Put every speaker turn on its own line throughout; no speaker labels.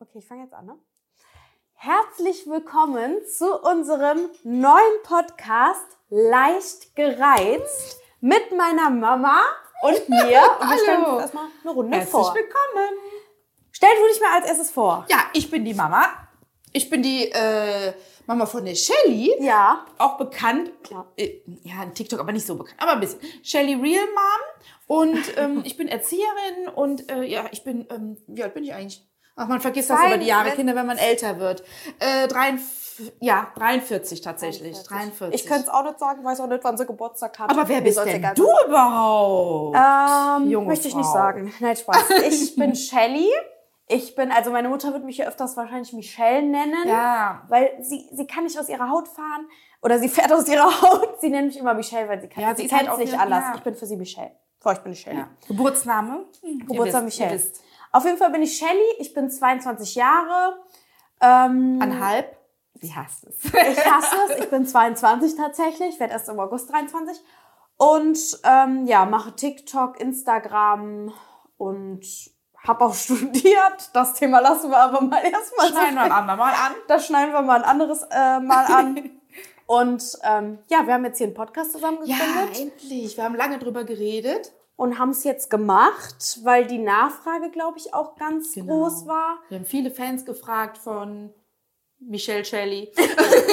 Okay, ich fange jetzt an, ne? Herzlich willkommen zu unserem neuen Podcast Leicht gereizt mit meiner Mama und mir. Und wir stellen uns erstmal eine Runde
Herzlich
vor.
willkommen.
Stell du dich mal als erstes vor.
Ja, ich bin die Mama. Ich bin die äh, Mama von der Shelly.
Ja.
Auch bekannt.
Klar.
Äh, ja, in TikTok, aber nicht so bekannt. Aber ein bisschen. Shelly Real Mom. Und ähm, ich bin Erzieherin. Und äh, ja, ich bin. Ähm, wie alt bin ich eigentlich? Ach, man vergisst das
Zwei-
über die Jahre, Kinder, wenn man älter wird. Äh, 43, ja, 43 tatsächlich. 43.
Ich könnte es auch nicht sagen, weiß auch nicht, wann sie Geburtstag hat.
aber wer
Mir
bist
soll's
denn
egal
du überhaupt?
sein. Ähm,
junge
möchte ich nicht
Frau?
sagen. Nein, Spaß. Ich bin Shelly. Ich bin, also meine Mutter wird mich ja öfters wahrscheinlich Michelle nennen.
Ja.
Weil sie, sie kann nicht aus ihrer Haut fahren. Oder sie fährt aus ihrer Haut. Sie nennt mich immer Michelle, weil sie kann.
Ja, sie ist
kennt's
halt auch
nicht
eine-
anders.
ja.
Ich bin für sie Michelle. Vor, ich bin die Shelly.
ja. Geburtsname?
Geburtstag
Ihr wisst,
Michelle.
Ihr wisst.
Auf jeden Fall bin ich Shelly. Ich bin 22 Jahre. Ähm,
Anhalb? Sie hasst es.
Ich hasse es. Ich bin 22 tatsächlich, werde erst im August 23. Und ähm, ja, mache TikTok, Instagram und habe auch studiert. Das Thema lassen wir aber mal erstmal. so
Schneiden wir
weg.
am andermal an.
Das schneiden wir mal ein anderes äh, Mal an. Und ähm, ja, wir haben jetzt hier einen Podcast zusammengegründet
endlich. Wir haben lange drüber geredet.
und haben es jetzt gemacht, weil die Nachfrage, glaube ich, auch ganz
Genau.
groß war.
Wir haben viele Fans gefragt von Michelle Shelley.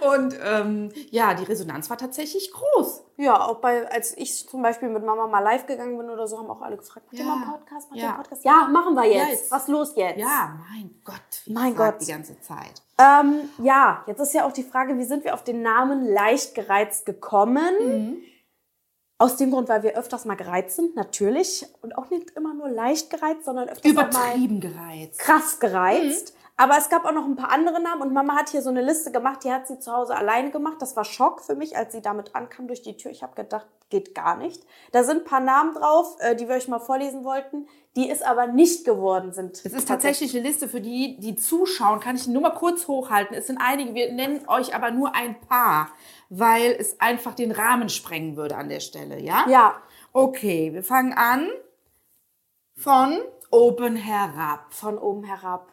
Und ähm, ja, die Resonanz war tatsächlich groß.
Ja, auch bei, als ich zum Beispiel mit Mama mal live gegangen bin oder so, haben auch alle gefragt, macht ihr
Ja.
mal einen Podcast, macht ihr
Ja.
einen Podcast? Ja, machen wir jetzt.
Ja, jetzt.
Was los jetzt?
Ja, mein Gott. wie
Mein
gesagt,
Gott.
Die ganze Zeit.
Ähm, ja, jetzt ist ja auch die Frage, wie sind wir auf den Namen leicht gereizt gekommen?
Mhm.
Aus dem Grund, weil wir öfters mal gereizt sind, natürlich. Und auch nicht immer nur leicht gereizt, sondern öfters auch mal
Übertrieben gereizt.
krass
Mhm.
gereizt. Aber es gab auch noch ein paar andere Namen und Mama hat hier so eine Liste gemacht, die hat sie zu Hause alleine gemacht. Das war Schock für mich, als sie damit ankam durch die Tür. Ich habe gedacht, geht gar nicht. Da sind ein paar Namen drauf, äh, die wir euch mal vorlesen wollten, die es aber nicht geworden sind.
Es ist tatsächlich eine Liste für die, die zuschauen. Kann ich nur mal kurz hochhalten. Es sind einige, wir nennen euch aber nur ein paar, weil es einfach den Rahmen sprengen würde an der Stelle, ja?
Ja,
Okay, wir fangen an von oben herab.
von oben herab.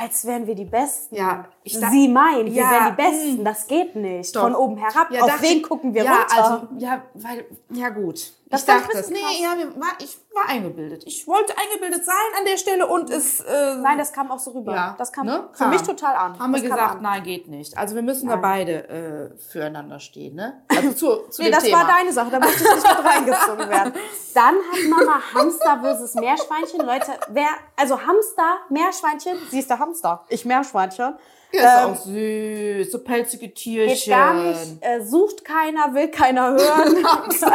Als wären wir die Besten.
Mm. Ja, ich sag-
Sie meinen, wir
Ja,
wären die Besten. Das geht nicht.
Doch.
Von oben herab.
Ja,
Auf
dachte
wen
ich-
gucken wir
ja,
runter?
Also, ja, weil, ja gut.
Das
ich
fand ich
dachte
ein
es.
bisschen
Nee,
krass.
ja, wir, war, ich war eingebildet. Ich wollte eingebildet sein an der Stelle und es... Äh,
Nein, das kam auch so rüber.
ja,
das kam,
ne,
für mich total an.
Haben wir
Das kam
gesagt,
an.
nein, geht nicht. Also wir müssen da beide äh, füreinander stehen, ne? Also zu, zu
Nee,
dem
das
Thema.
war deine Sache, da möchte ich nicht mit reingezogen werden. Dann hat Mama Hamster versus Meerschweinchen. Leute, wer, also Hamster, Meerschweinchen, sie ist der Hamster, ich Meerschweinchen.
Ja,
Ähm,
ist auch süß, so pelzige
Geht
Tierchen.
gar nicht, äh, sucht keiner, will keiner hören.
Hamster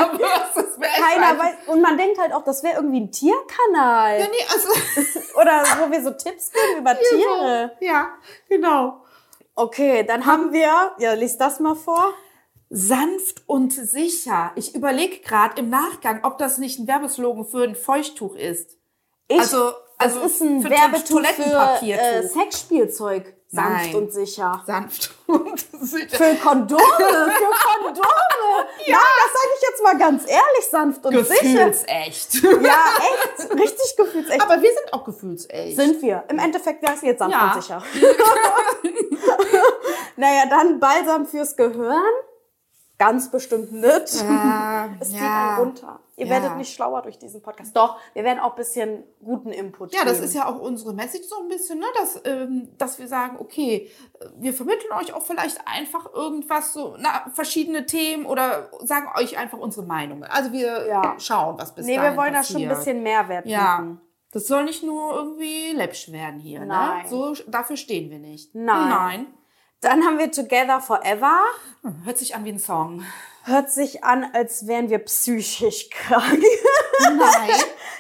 versus Meerschweinchen.
keiner weiß. Und man denkt halt auch, das wäre irgendwie ein Tierkanal.
Ja, nee, also,
Oder wo wir so Tipps geben über Tiere.
ja, genau.
Okay, dann haben wir, ja, lies das mal vor.
Sanft und sicher. Ich überlege gerade im Nachgang, ob das nicht ein Werbeslogan für ein Feuchttuch ist.
Ich,
Also- also
das ist ein
für
Werbetuch für
Toilettenpapiertuch.
äh, Sexspielzeug. Sanft
Nein.
und sicher.
Sanft und sicher.
Für Kondome, für Kondome. Nein, das sage ich jetzt mal ganz ehrlich, sanft und sicher.
Gefühlsecht.
Ja, echt, richtig gefühlsecht.
Aber wir sind auch gefühlsecht.
sind wir. Im Endeffekt wäre es jetzt sanft
Ja.
und sicher. naja, dann Balsam fürs Gehirn. Ganz bestimmt nicht.
ja,
Es geht
ja.
dann runter. Ihr
Ja.
werdet nicht schlauer durch diesen Podcast. Doch, wir werden auch ein bisschen guten Input
Ja, das
geben.
ist ja auch unsere Message so ein bisschen, ne? dass, ähm, dass wir sagen, okay, wir vermitteln euch auch vielleicht einfach irgendwas, so na, verschiedene Themen oder sagen euch einfach unsere Meinung. Also wir
Ja.
schauen, was bis
Nee, wir
dahin
wollen da
passiert.
schon ein bisschen Mehrwert bieten.
Ja. Das soll nicht nur irgendwie läppsch werden hier,
Nein.
ne? So, dafür stehen wir nicht.
Nein. Dann haben wir Together Forever.
Nein. Hm, Hört sich an wie ein Song.
Hört sich an, als wären wir psychisch krank.
Nein.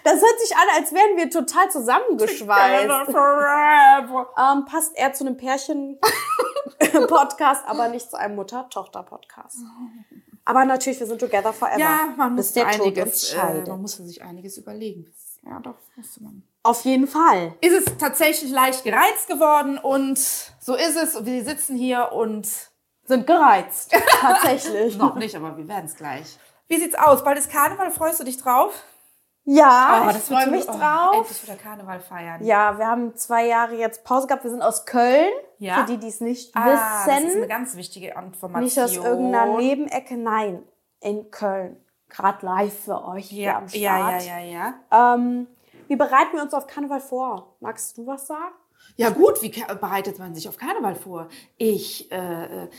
Das hört sich an, als wären wir total zusammengeschweißt.
Forever.
Ähm, passt eher zu einem Pärchen-Podcast, aber nicht zu einem Mutter-Tochter-Podcast. Aber natürlich, wir sind Together Forever.
Ja, man
bis
muss,
der Tod uns
einiges, äh,
scheidet.
man muss sich einiges überlegen. Ja, doch, musste man.
Auf jeden Fall.
ist es tatsächlich leicht gereizt geworden und so ist es. Wir sitzen hier und
Sind gereizt. Tatsächlich.
noch nicht, aber wir werden es gleich. Wie sieht's aus? Bald ist Karneval, freust du dich drauf?
Ja,
Oh,
ich
das wird
freue
so-
mich
oh,
drauf.
Endlich wieder Karneval feiern.
Ja, wir haben zwei Jahre jetzt Pause gehabt. Wir sind aus Köln.
Ja.
Für die, die es nicht
Ah, das ist eine
wissen.
ganz wichtige Information.
Nicht aus irgendeiner Nebenecke, nein. In Köln. Gerade live für euch hier
ja,
am Start.
ja, ja, ja, ja.
Ähm, wie bereiten wir uns auf Karneval vor? Magst du was sagen?
Ja gut, wie ka- bereitet man sich auf Karneval vor? Ich äh, äh,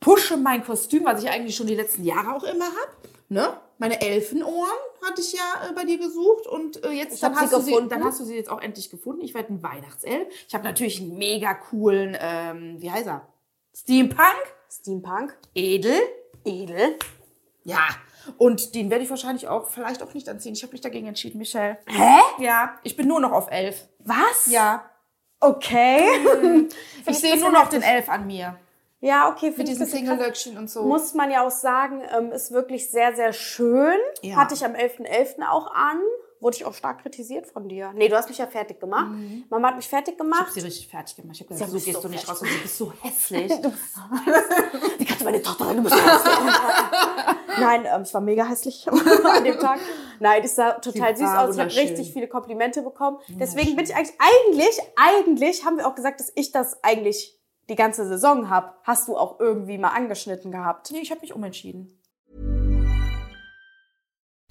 pushe mein Kostüm, was ich eigentlich schon die letzten Jahre auch immer habe. Ne? Meine Elfenohren hatte ich ja äh, bei dir gesucht und äh, jetzt
Ich
dann
hab sie
hast, du sie,
gefunden.
dann hast du sie jetzt auch endlich gefunden. Ich werde ein Weihnachtself. Ich habe natürlich einen mega coolen, ähm, wie heißt er? Steampunk,
Steampunk.
edel,
Edel.
ja. Und den werde ich wahrscheinlich auch, vielleicht auch nicht anziehen. Ich habe mich dagegen entschieden, Michelle.
Hä?
Ja, ich bin nur noch auf elf.
Was?
Ja,
Okay.
ich
ich
sehe
ein
nur
bisschen
noch den elf an mir.
Ja, okay. Für
Mit diesen Single-Löckchen und so.
Muss man ja auch sagen, ähm, ist wirklich sehr, sehr schön.
Ja.
Hatte ich am 11.11. auch an. Wurde ich auch stark kritisiert von dir. Nee, du hast mich ja fertig gemacht. Mama hat mich fertig
Mhm. ich hab
gemacht.
sie richtig fertig gemacht. Ich hab gesagt,
Sie
so
haben
gehst
so
du nicht
fertig
raus und du bist so hässlich.
Wie kannst du meine Tochter rein? Du bist hässlich. Nein, ähm, ich war mega hässlich an dem Tag. Nein, ich sah total
Sie
süß
war
aus. Ich habe
wunderschön.
richtig viele Komplimente bekommen. Deswegen bin ich eigentlich, eigentlich, eigentlich haben wir auch gesagt, dass ich das eigentlich die ganze Saison habe. Hast du auch irgendwie mal angeschnitten gehabt.
nee, ich habe mich umentschieden.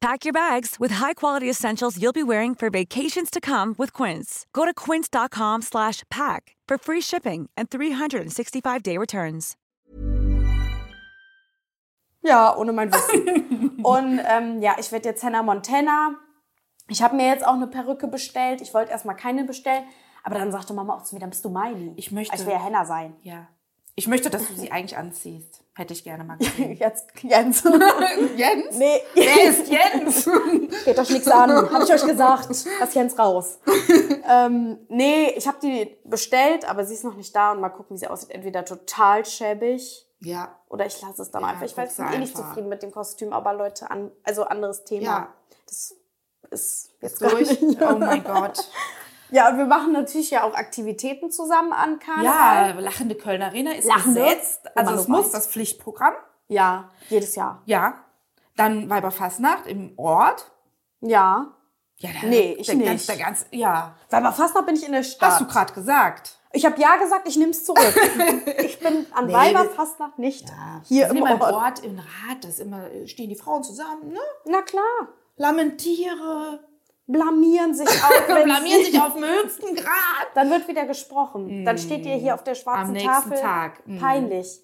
Pack your bags with high-quality essentials you'll be wearing for vacations to come with Quince. Go to quince.com/pack slash pack for free shipping and 365-day returns.
Ja, ohne mein Wissen. und ähm, ja, ich werde jetzt Hannah Montana. Ich habe mir jetzt auch eine Perücke bestellt. Ich wollte erstmal keine bestellen. Aber dann sagte Mama auch zu mir, dann bist du meine.
Ich möchte-
Ich will ja Hannah sein.
Ja. Ich möchte, dass du sie eigentlich anziehst. Hätte ich gerne mal gesehen.
Jetzt Jens.
Jens?
nee,
Wer ist Jens?
geht euch nichts an. Habe ich euch gesagt. Lass Jens raus. ähm, nee, ich habe die bestellt, aber sie ist noch nicht da. Und mal gucken, wie sie aussieht. Entweder total schäbig
ja.
oder ich lasse es dann
Ja,
einfach. Ich weiß, ich
guck's
bin eh nicht
einfach.
zufrieden mit dem Kostüm. Aber Leute, an, also anderes Thema.
Ja.
Das ist jetzt gar
Durch.
nicht.
Oh mein Gott.
Ja, und wir machen natürlich ja auch Aktivitäten zusammen an Karneval.
Ja, lachende Köln Arena ist
Lachende?
besetzt. Also
Immer
es
nur
muss
weiß.
das Pflichtprogramm.
Ja, jedes Jahr.
Ja. Dann Weiberfassnacht im Ort.
Ja.
Ja, der,
Nee, ich
der, Ganz,
nicht.
der ganz, ja.
Weil bei Fastnacht bin ich in der Stadt.
Hast du gerade gesagt.
ich habe ja gesagt, ich nehme es zurück. ich bin an
Nee,
Weiberfastnacht nicht hier
das ist
im
immer
Ort.
im Ort, im Rat, das immer äh, stehen die Frauen zusammen, ne?
Na klar.
Lamentiere,
Blamieren sich auch. wenn
blamieren
sie-
sich auf dem höchsten Grad.
Dann wird wieder gesprochen. Dann steht ihr hier auf der schwarzen
Am nächsten
Tafel.
Tag. Mhm.
Peinlich.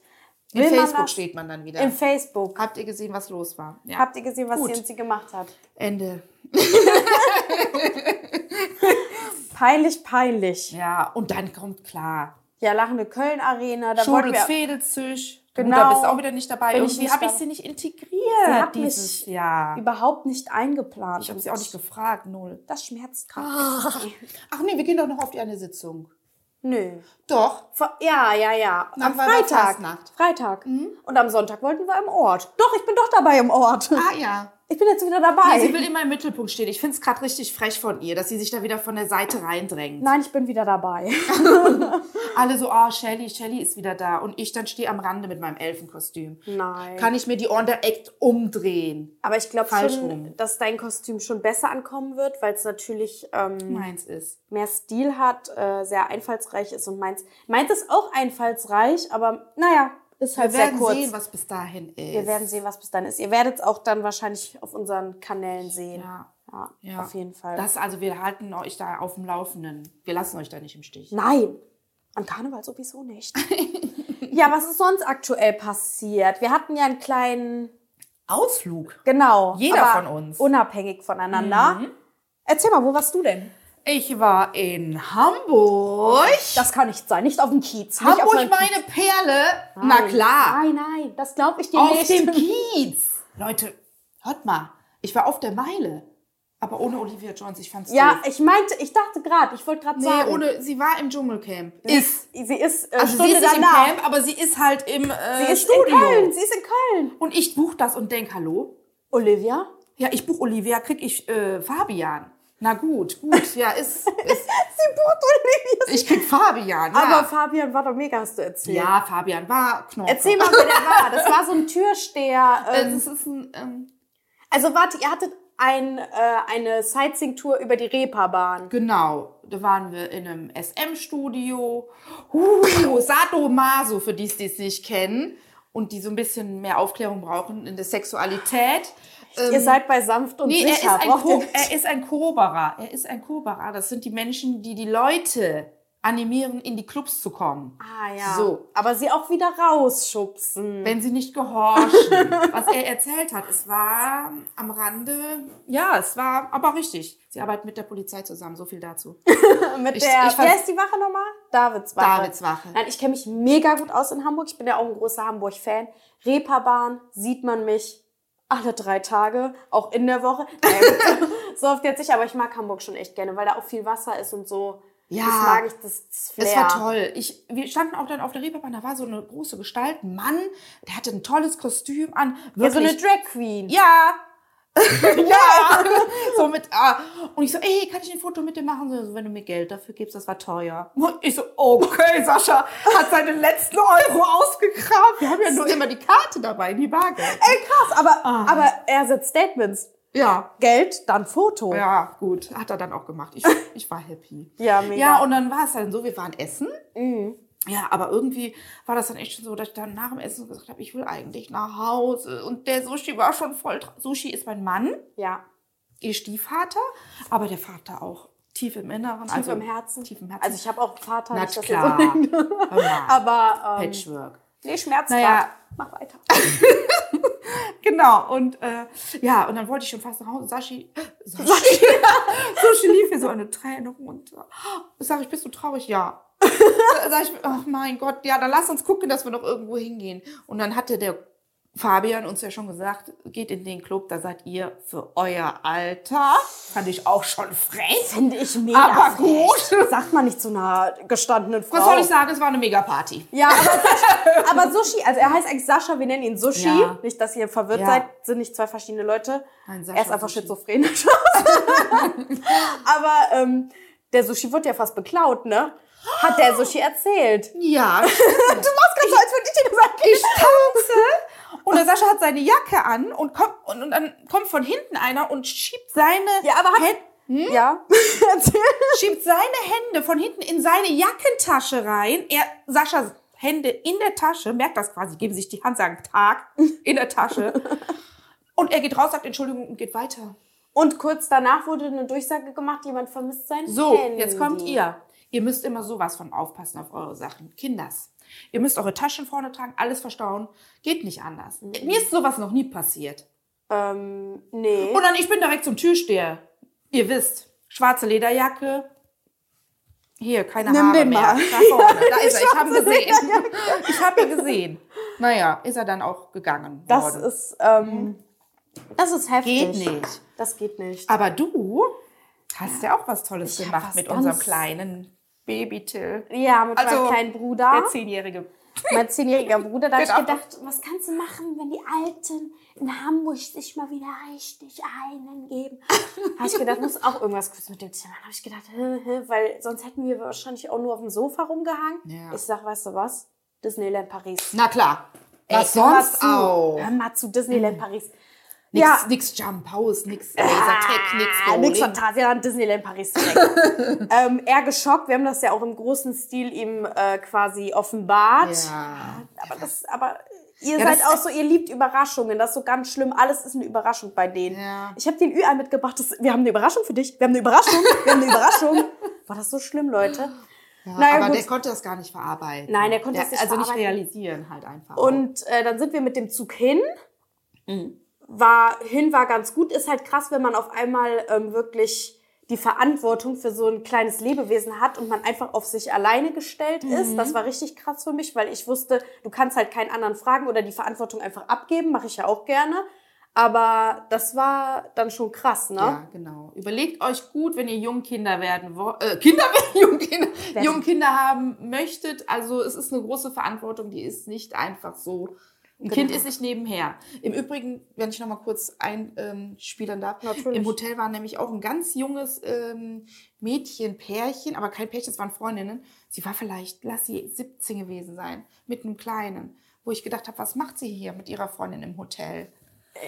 In
Will man
Facebook
das-
steht man dann wieder.
Im Facebook.
Habt ihr gesehen, was los war? Ja.
Habt ihr gesehen, was
Gut.
sie und sie gemacht hat?
Ende.
Peinlich, peinlich.
Ja, und dann kommt klar.
Ja, lachende Köln-Arena. Da wollten
Schudels,
wir
Fädelzisch.
Genau.
Da bist du auch wieder nicht dabei.
Bin ich
Irgendwie
nicht
habe ich
dabei.
sie nicht integriert
Sie hat
dieses
mich
Jahr.
überhaupt nicht eingeplant.
Ich habe sie auch nicht gefragt, null.
Das schmerzt gerade.
Ah. Ach nee, wir gehen doch noch auf die eine Sitzung.
Nö.
Doch.
Ver- Ja, ja, ja.
Nach
am
Weiberfastnacht. Mhm.
Freitag. Freitag. Und am Sonntag wollten wir im Ort. Doch, ich bin doch dabei im Ort.
Ah ja.
Ich bin jetzt wieder dabei.
Ja, sie will immer im Mittelpunkt stehen. Ich finde es gerade richtig frech von ihr, dass sie sich da wieder von der Seite reindrängt.
Nein, ich bin wieder dabei.
Alle so, oh, Shelly, Shelly ist wieder da. Und ich dann stehe am Rande mit meinem Elfenkostüm.
Nein.
Kann ich mir die Ohren direkt umdrehen?
Aber ich glaube
Falsch
schon,
rum.
dass dein Kostüm schon besser ankommen wird, weil es natürlich ähm,
Meins ist.
mehr Stil hat, äh, sehr einfallsreich ist und meins. Meins ist auch einfallsreich, aber naja, ist halt
Wir
sehr
werden
kurz.
sehen, was bis dahin ist.
Wir werden sehen, was bis dann ist. Ihr werdet es auch dann wahrscheinlich auf unseren Kanälen sehen.
Ja.
Ja,
Ja.
auf jeden Fall.
Das, also wir halten euch da auf dem Laufenden. Wir lassen euch da nicht im Stich.
Nein, an Karneval sowieso nicht. ja, was ist sonst aktuell passiert? Wir hatten ja einen kleinen,
Ausflug.
genau.
Jeder
aber
von uns. Mhm.
Unabhängig voneinander. Erzähl mal, wo warst du denn?
Ich war in Hamburg.
Das kann nicht sein, nicht auf dem Kiez. nicht auf
Hamburg
meinem Kiez.
meine Perle. Na klar.
Nein, nein, das glaube ich dir
Auf
nicht.
dem Kiez. Leute, hört mal. Ich war auf der Meile. Aber ohne Olivia Jones. Ich fand's
Ja,
doof.
ich meinte, ich dachte gerade, ich wollte gerade
Nee,
sagen.
ohne, sie war im Dschungelcamp. Ist.
Sie ist äh,
Also sie
Stunde
ist nicht im
danach.
Camp, aber sie ist halt im äh,
Sie ist
Studio.
in Köln, sie ist in Köln.
Und ich buch das und denk, hallo,
Olivia?
Ja, ich buche Olivia, krieg ich äh, Fabian. Na gut, gut, ja, ist, ist
Sie bucht Olivia.
ich krieg Fabian. Ja.
Aber Fabian war doch mega, hast du erzählt.
ja, Fabian war Knorr.
Erzähl mal, wer der war. Das war so ein Türsteher. Ähm,
Das Also ist ein, ähm,
also warte, ihr hattet ein, äh, eine Sightseeing-Tour über die Reeperbahn.
genau, da waren wir in einem SM-Studio. Uh, Sadomaso, für die, die es nicht kennen und die so ein bisschen mehr Aufklärung brauchen in der Sexualität.
ihr seid bei sanft und
Ähm, Nee, er ist,
sicher.
ein
Braucht ihr
Ko
nicht-
er ist ein Koberer. Er ist ein Koberer. Das sind die Menschen, die die Leute animieren, in die Clubs zu kommen.
ah, ja.
So.
Aber sie auch wieder rausschubsen.
wenn sie nicht gehorchen. was er erzählt hat, es war am Rande, ja, es war aber richtig. Sie arbeiten mit der Polizei zusammen, so viel dazu.
Mit
Ich-
der,
ich fand-
wer ist die Wache nochmal? Davidswache.
Davidswache.
Nein, ich kenne mich mega gut aus in Hamburg. Ich bin ja auch ein großer Hamburg-Fan. Reeperbahn sieht man mich alle drei Tage, auch in der Woche. Naja, gut, so oft jetzt nicht, aber ich mag Hamburg schon echt gerne, weil da auch viel Wasser ist und so.
Ja.
Das mag ich, das, das Flair.
Es war toll. Ich, wir standen auch dann auf der Reeperbahn, da war so eine große Gestalt, ein Mann, der hatte ein tolles Kostüm an.
Ja, so eine
wirklich-
Drag Queen.
Ja. ja. Äh, so mit ah. Und ich so, ey, kann ich ein Foto mit dir machen? So, wenn du mir Geld dafür gibst, das war teuer. Und ich so, okay, Sascha hat seine letzten Euro ausgegraben. Wir haben ja nur immer die Karte dabei, die Waage.
Ey, krass, aber,
Ah.
aber er setzt Statements.
Ja.
Geld, dann Foto.
Ja, gut. Hat er dann auch gemacht. Ich, ich war happy.
Ja, mega.
Ja, Mhm. und dann war es dann so, wir waren essen. Ja, aber irgendwie war das dann echt schon so, dass ich dann nach dem Essen gesagt habe, ich will eigentlich nach Hause. Und der Sushi war schon voll. dra- Sushi ist mein Mann,
Ja.
ihr Stiefvater, aber der Vater auch tief im Inneren. Tief also,
im Herzen.
Tief im Herzen.
Also ich habe auch einen Vater,
Na
nicht, dass
klar.
ihr so denkt.
Hör mal.
aber ähm,
Patchwork.
nee, Schmerzgrad.
Naja.
Mach weiter.
Genau, und äh, ja, und dann wollte ich schon fast nach Hause. Sashi, Sashi, Sushi lief mir so eine Träne runter. Sag ich, bist du traurig? Ja. Sag ich, ach mein Gott, ja, dann lass uns gucken, dass wir noch irgendwo hingehen. Und dann hatte der Fabian uns ja schon gesagt, geht in den Club, da seid ihr für euer Alter. Fand ich auch schon frech.
Finde ich mega.
Aber
frech.
gut.
Sagt man nicht zu einer gestandenen Frau.
Was soll ich sagen? Es war eine Mega-Party.
Ja, aber Sushi, aber Sushi, also er heißt eigentlich Sascha, wir nennen ihn Sushi.
Ja.
Nicht, dass ihr verwirrt
Ja.
seid, sind nicht zwei verschiedene Leute.
Nein, Sascha
er ist einfach
Sushi.
schizophren. aber ähm, der Sushi wird ja fast beklaut, ne? Hat der Sushi erzählt.
Ja,
Du machst gerade so, als würde ich dir das sagen.
ich tanze. Und der Sascha hat seine Jacke an und kommt, und, und dann kommt von hinten einer und schiebt seine,
Ja, aber hat...
Hä- Hm?
Ja, erzähl.
schiebt seine Hände von hinten in seine Jackentasche rein. Er, Saschas Hände in der Tasche, merkt das quasi, geben sich die Hand, sagen Tag in der Tasche. Und er geht raus, sagt Entschuldigung und geht weiter.
Und kurz danach wurde eine Durchsage gemacht, jemand vermisst sein
So,
Handy.
jetzt kommt ihr. Ihr müsst immer sowas von aufpassen auf eure Sachen. Kinders. Ihr müsst eure Taschen vorne tragen, alles verstauen. Geht nicht anders.
Mhm.
Mir ist sowas noch nie passiert.
Ähm, nee.
Und dann, ich bin direkt zum Türsteher. Ihr wisst, schwarze Lederjacke. Hier, keine
Nimm
Haare
den
mehr.
mal.
Da vorne, da ist er. Ich habe
Schwarze
gesehen. Ich habe ihn gesehen. Naja, ist er dann auch gegangen
das
worden.
ist, ähm, das ist heftig.
Hm. Geht nicht. Ah,
Das geht nicht.
Aber du hast ja auch was Tolles
Ich hab
gemacht
was
mit
ganz-
unserem kleinen Baby Till.
Ja, mit
Also,
meinem kleinen Bruder.
Der zehnjährige
mein zehnjähriger Bruder, da
Genau.
habe ich gedacht, was kannst du machen, wenn die Alten in Hamburg sich mal wieder richtig einen geben? habe ich gedacht, muss auch irgendwas kurz mit dem Thema. Dann habe ich gedacht, hä, hä, weil sonst hätten wir wahrscheinlich auch nur auf dem Sofa rumgehangen.
Ja.
Ich sag, weißt du was? Disneyland Paris.
Na klar. Was
Ey, hör mal
sonst
zu.
auch?
Hör mal zu, Disneyland Paris.
Nix,
ja.
nix Jump House, nix Lasertag, nix
Ah,
Bowling.
nix Phantasialand, Disneyland Paris direkt. ähm, er geschockt. Wir haben das ja auch im großen Stil ihm äh, quasi offenbart.
Ja.
Aber, das, aber ihr
Ja,
seid
das-
auch so, ihr liebt Überraschungen. Das ist so ganz schlimm. Alles ist eine Überraschung bei denen.
Ja.
Ich habe den Ü-Ei mitgebracht. Das, wir haben eine Überraschung für dich. Wir haben eine Überraschung. Wir haben eine Überraschung. War das so schlimm, Leute?
Ja,
Naja,
aber
gut.
der konnte das gar nicht verarbeiten.
Nein, der konnte das nicht
also
verarbeiten.
nicht realisieren halt einfach.
Und äh, dann sind wir mit dem Zug hin.
Mhm.
War, hin war ganz gut. Ist halt krass, wenn man auf einmal ähm, wirklich die Verantwortung für so ein kleines Lebewesen hat und man einfach auf sich alleine gestellt ist.
Mhm.
Das war richtig krass für mich, weil ich wusste, du kannst halt keinen anderen fragen oder die Verantwortung einfach abgeben. Mache ich ja auch gerne. Aber das war dann schon krass, ne?
auch. Ja, genau. Überlegt euch gut, wenn ihr Jungkinder werden wollt, äh, Kinder, wenn ihr Jungkinder, Jungkinder haben möchtet. Also es ist eine große Verantwortung, die ist nicht einfach so. Ein Kind ist nicht nebenher. Im Übrigen, wenn ich noch mal kurz einspielern darf,
Natürlich.
im Hotel war nämlich auch ein ganz junges ähm, Mädchen, Pärchen, aber kein Pärchen, es waren Freundinnen. Sie war vielleicht, lass sie 17 gewesen sein, mit einem Kleinen. Wo ich gedacht habe, was macht sie hier mit ihrer Freundin im Hotel?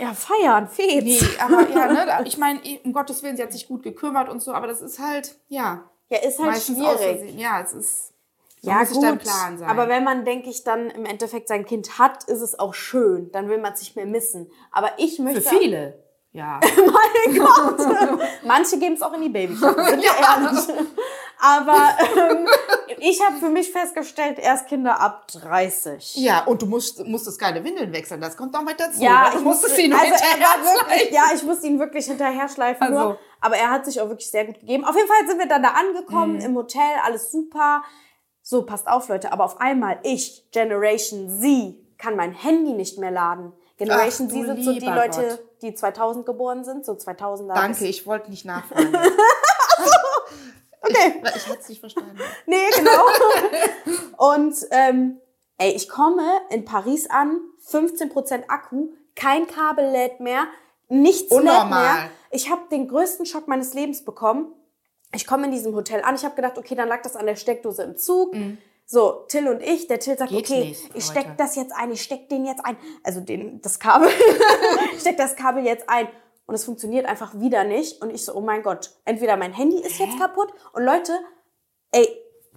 Ja, feiern, Fetz.
Nee, aber ja, ne, da- ich meine, um Gottes Willen, sie hat sich gut gekümmert und so, aber das ist halt, ja,
Ja, ist halt
meistens aus
schwierig.
Versehen. Ja, es ist, man
Ja,
muss sich da im
gut.
Plan sein.
Aber wenn man, denke ich, dann im Endeffekt sein Kind hat, ist es auch schön. Dann will man es nicht mehr missen. Aber ich möchte.
Für viele, ja.
Mein Gott! Manche geben es auch in die Babyshower, sind wir ehrlich. Aber ähm, ich habe für mich festgestellt, erst Kinder ab 30.
Ja, und du musst, musstest keine Windeln wechseln, das kommt auch mit dazu.
Ja,
ne? du
ich
musstest
musste-
sie nur
also er war
hinterher
wirklich,
schleifen.
Ja, ich musste ihn wirklich hinterher schleifen.
Also.
Nur, aber er hat sich auch wirklich sehr gut gegeben. Auf jeden Fall sind wir dann da angekommen
Mhm.
im Hotel, alles super. So, passt auf, Leute. Aber auf einmal, ich, Generation Z, kann mein Handy nicht mehr laden. Generation
Ach, du
Z sind so die
lieber
Leute,
Gott.
die 2000 geboren sind, so 2000er.
Danke, ich wollte nicht nachfragen.
Okay.
Ich, ich hatte es nicht verstanden.
Nee, genau. Und ähm, ey, ich komme in Paris an, 15% Akku, kein Kabel lädt mehr, nichts lädt
Unnormal.
mehr. Ich habe den größten Schock meines Lebens bekommen. Ich komme in diesem Hotel an, ich habe gedacht, okay, dann lag das an der Steckdose im Zug. So, Till und ich, der Till sagt,
Mhm. Geht
okay,
nicht,
ich
Leute.
steck das jetzt ein, ich steck den jetzt ein, also den, das Kabel, ich steck das Kabel jetzt ein und es funktioniert einfach wieder nicht und ich so, oh mein Gott, entweder mein Handy ist jetzt kaputt und Leute, ey,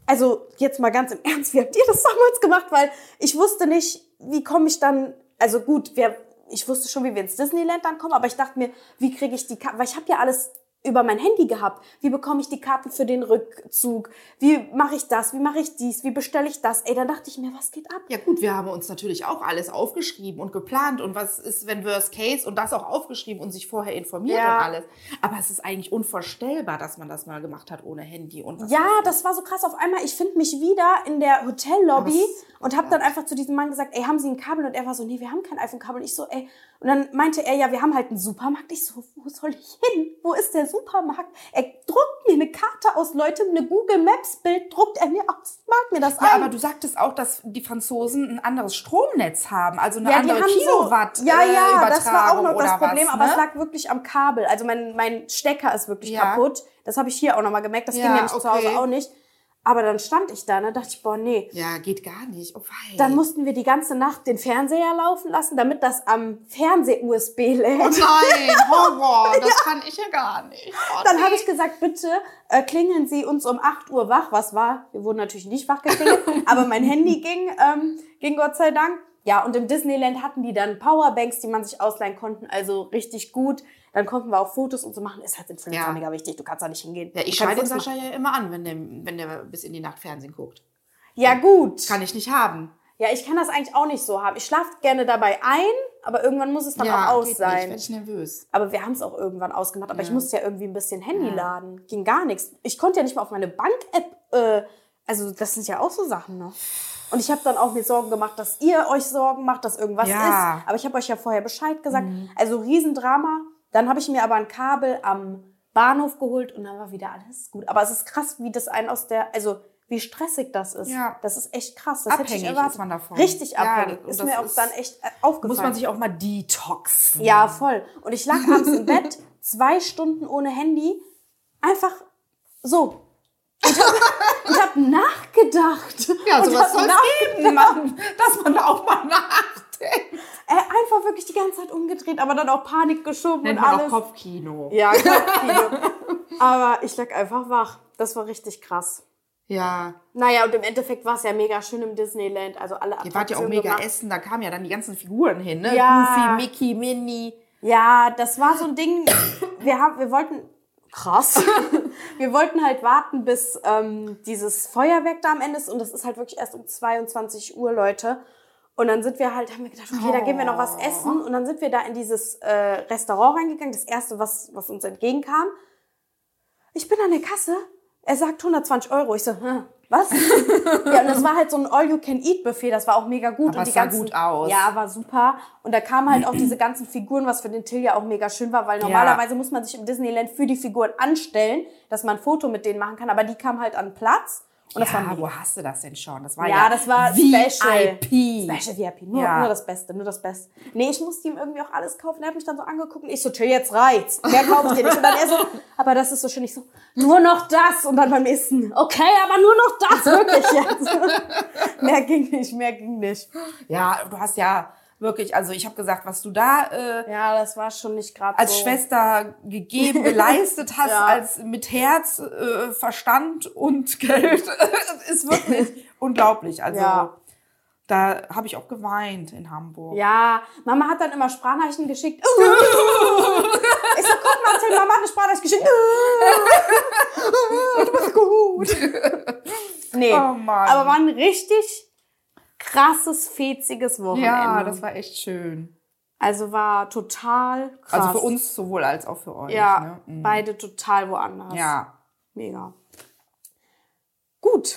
also jetzt mal ganz im Ernst, wie habt ihr das damals gemacht? Weil ich wusste nicht, wie komme ich dann, also gut, wir, ich wusste schon, wie wir ins Disneyland dann kommen, aber ich dachte mir, wie kriege ich die Karten, weil ich habe ja alles über mein Handy gehabt. Wie bekomme ich die Karten für den Rückzug? Wie mache ich das? Wie mache ich dies? Wie bestelle ich das? Ey, dann dachte ich mir, was geht ab?
Ja gut, wir haben uns natürlich auch alles aufgeschrieben und geplant und was ist, wenn Worst Case und das auch aufgeschrieben und sich vorher informiert
Ja.
und alles. Aber es ist eigentlich unvorstellbar, dass man das mal gemacht hat ohne Handy und was
Ja, das war so krass. Auf einmal, ich finde mich wieder in der Hotellobby und habe dann einfach zu diesem Mann gesagt, ey, haben Sie ein Kabel? Und er war so, nee, wir haben kein iPhone-Kabel. Und ich so, ey. Und dann meinte er, ja, wir haben halt einen Supermarkt. Ich so, wo soll ich hin? Wo ist der Supermarkt? Er druckt mir eine Karte aus, Leute, eine Google Maps-Bild druckt er mir aus, malt mir das
Ja,
ein.
aber du sagtest auch, dass die Franzosen ein anderes Stromnetz haben, also eine
ja, die
andere
haben
Kilowatt.
so, ja,
äh,
ja, das war auch
Übertragung
noch das
oder was,
Problem,
ne?
aber es lag wirklich am Kabel. Also mein, mein Stecker ist wirklich
Ja.
kaputt. Das habe ich hier auch nochmal gemerkt. Das
Ja,
ging nämlich zu
okay.
Hause auch nicht. Aber dann stand ich da, ne, dachte ich, boah, nee.
Ja, geht gar nicht. Oh, wei.
Dann mussten wir die ganze Nacht den Fernseher laufen lassen, damit das am Fernseh-USB lädt.
Oh nein, Horror, das kann ich ja gar nicht. Oh,
Dann
nee.
habe ich gesagt, bitte äh, klingeln Sie uns um 8 Uhr wach. Was war? Wir wurden natürlich nicht wach geklingelt, aber mein Handy ging, ähm, ging Gott sei Dank. Ja, und im Disneyland hatten die dann Powerbanks, die man sich ausleihen konnten, also richtig gut. Dann konnten wir auch Fotos und so machen. Ist halt in Florida
Ja.
mega wichtig, du kannst da nicht hingehen.
ja, ich
Du kannst
schalte den
Fotos
Sascha ja immer an, wenn der, wenn der bis in die Nacht Fernsehen guckt.
machen. Ja, gut.
Kann ich nicht haben.
Ja, ich kann das eigentlich auch nicht so haben. Ich schlafe gerne dabei ein, aber irgendwann muss es dann
ja,
auch aus
geht
sein.
Nicht, werd ich nervös.
Aber wir haben es auch irgendwann ausgemacht. Aber ich musste ja irgendwie ein bisschen Handy laden. Ging gar nichts. Ich konnte ja nicht mal auf meine Bank-App. Äh, also das sind ja auch so Sachen noch. Und ich habe dann auch mir Sorgen gemacht, dass ihr euch Sorgen macht, dass irgendwas
Ja. Mhm.
ist. Aber ich habe euch ja vorher Bescheid gesagt. Also Riesendrama. Dann habe ich mir aber ein Kabel am Bahnhof geholt und dann war wieder alles gut. Aber es ist krass, wie das einen aus der, also wie stressig das ist.
Ja.
Das ist echt krass. Das hätte ich
Abhängig
erwartet.
ist man davon.
Richtig
Ja,
abhängig.
und
ist
das
mir auch
ist-
dann echt äh, aufgefallen.
Muss man sich auch mal detoxen.
Ja, voll. Und ich lag abends im Bett, zwei Stunden ohne Handy, einfach so. Und hab, und hab nachgedacht.
Ja,
und
sowas
hab
soll
nachgedacht.
es geben, Mann. Dass man da auch mal nachdenkt.
Äh, einfach wirklich die ganze Zeit umgedreht, aber dann auch Panik geschoben
Nennt
und
man auch
alles.
Kopfkino.
Ja, Kopfkino. aber ich lag einfach wach. Das war richtig krass.
ja.
Naja, und im Endeffekt war es ja mega schön im Disneyland. Also alle
Ihr wart ja auch
Attraktionen
mega
gemacht.
essen, da kamen ja dann die ganzen Figuren hin, ne?
Ja.
Goofy, Mickey, Minnie.
Ja, das war so ein Ding. Wir haben, wir wollten krass. Wir wollten halt warten, bis ähm, dieses Feuerwerk da am Ende ist und das ist halt wirklich erst um 22 Uhr, Leute. Und dann sind wir halt, haben wir gedacht, okay, da gehen wir noch was essen. Und dann sind wir da in dieses äh, Restaurant reingegangen, das erste, was, was uns entgegenkam. Ich bin an der Kasse, er sagt 120 Euro. Ich so, hm, was? ja, und das war halt so ein All-You-Can-Eat-Buffet, das war auch mega gut.
Aber
und
es sah gut aus.
Ja, war super. Und da kamen halt auch diese ganzen Figuren, was für den Till ja auch mega schön war, weil
Ja.
normalerweise muss man sich im Disneyland für die Figuren anstellen, dass man ein Foto mit denen machen kann. Aber die kamen halt an den Platz. Und das war
ja,
mega.
Ah, wo hast du das denn schon? Das war ja,
Ja, das war
VIP.
Special VIP. Nur,
Ja.
nur das Beste, nur das Beste. Nee, ich musste ihm irgendwie auch alles kaufen. Er hat mich dann so angeguckt und ich so, Till, jetzt reiz. Mehr kaufe ich dir nicht. Und dann er so, aber das ist so schön. Ich so, nur noch das. Und dann beim nächsten, okay, aber nur noch das, wirklich jetzt. mehr ging nicht, mehr ging nicht.
Ja, du hast ja wirklich, also ich habe gesagt, was du da äh,
Ja, das war schon nicht gerade
als
so.
Schwester gegeben, geleistet hast,
Ja.
als mit Herz, äh, Verstand und Geld, ist wirklich unglaublich. Also
Ja.
da habe ich auch geweint in Hamburg.
Ja, Mama hat dann immer Sprachnachrichten geschickt. ich so, guck mal, Till, Mama hat eine Sprachnachricht geschickt. du bist gut. Nee,
Oh Mann.
aber war ein richtig krasses, fetziges Wochenende.
ja das war echt schön.
also war total krass.
Also für uns sowohl als auch für euch.
Ja,
Ne? Mhm.
beide total woanders.
Ja.
Mega. Gut.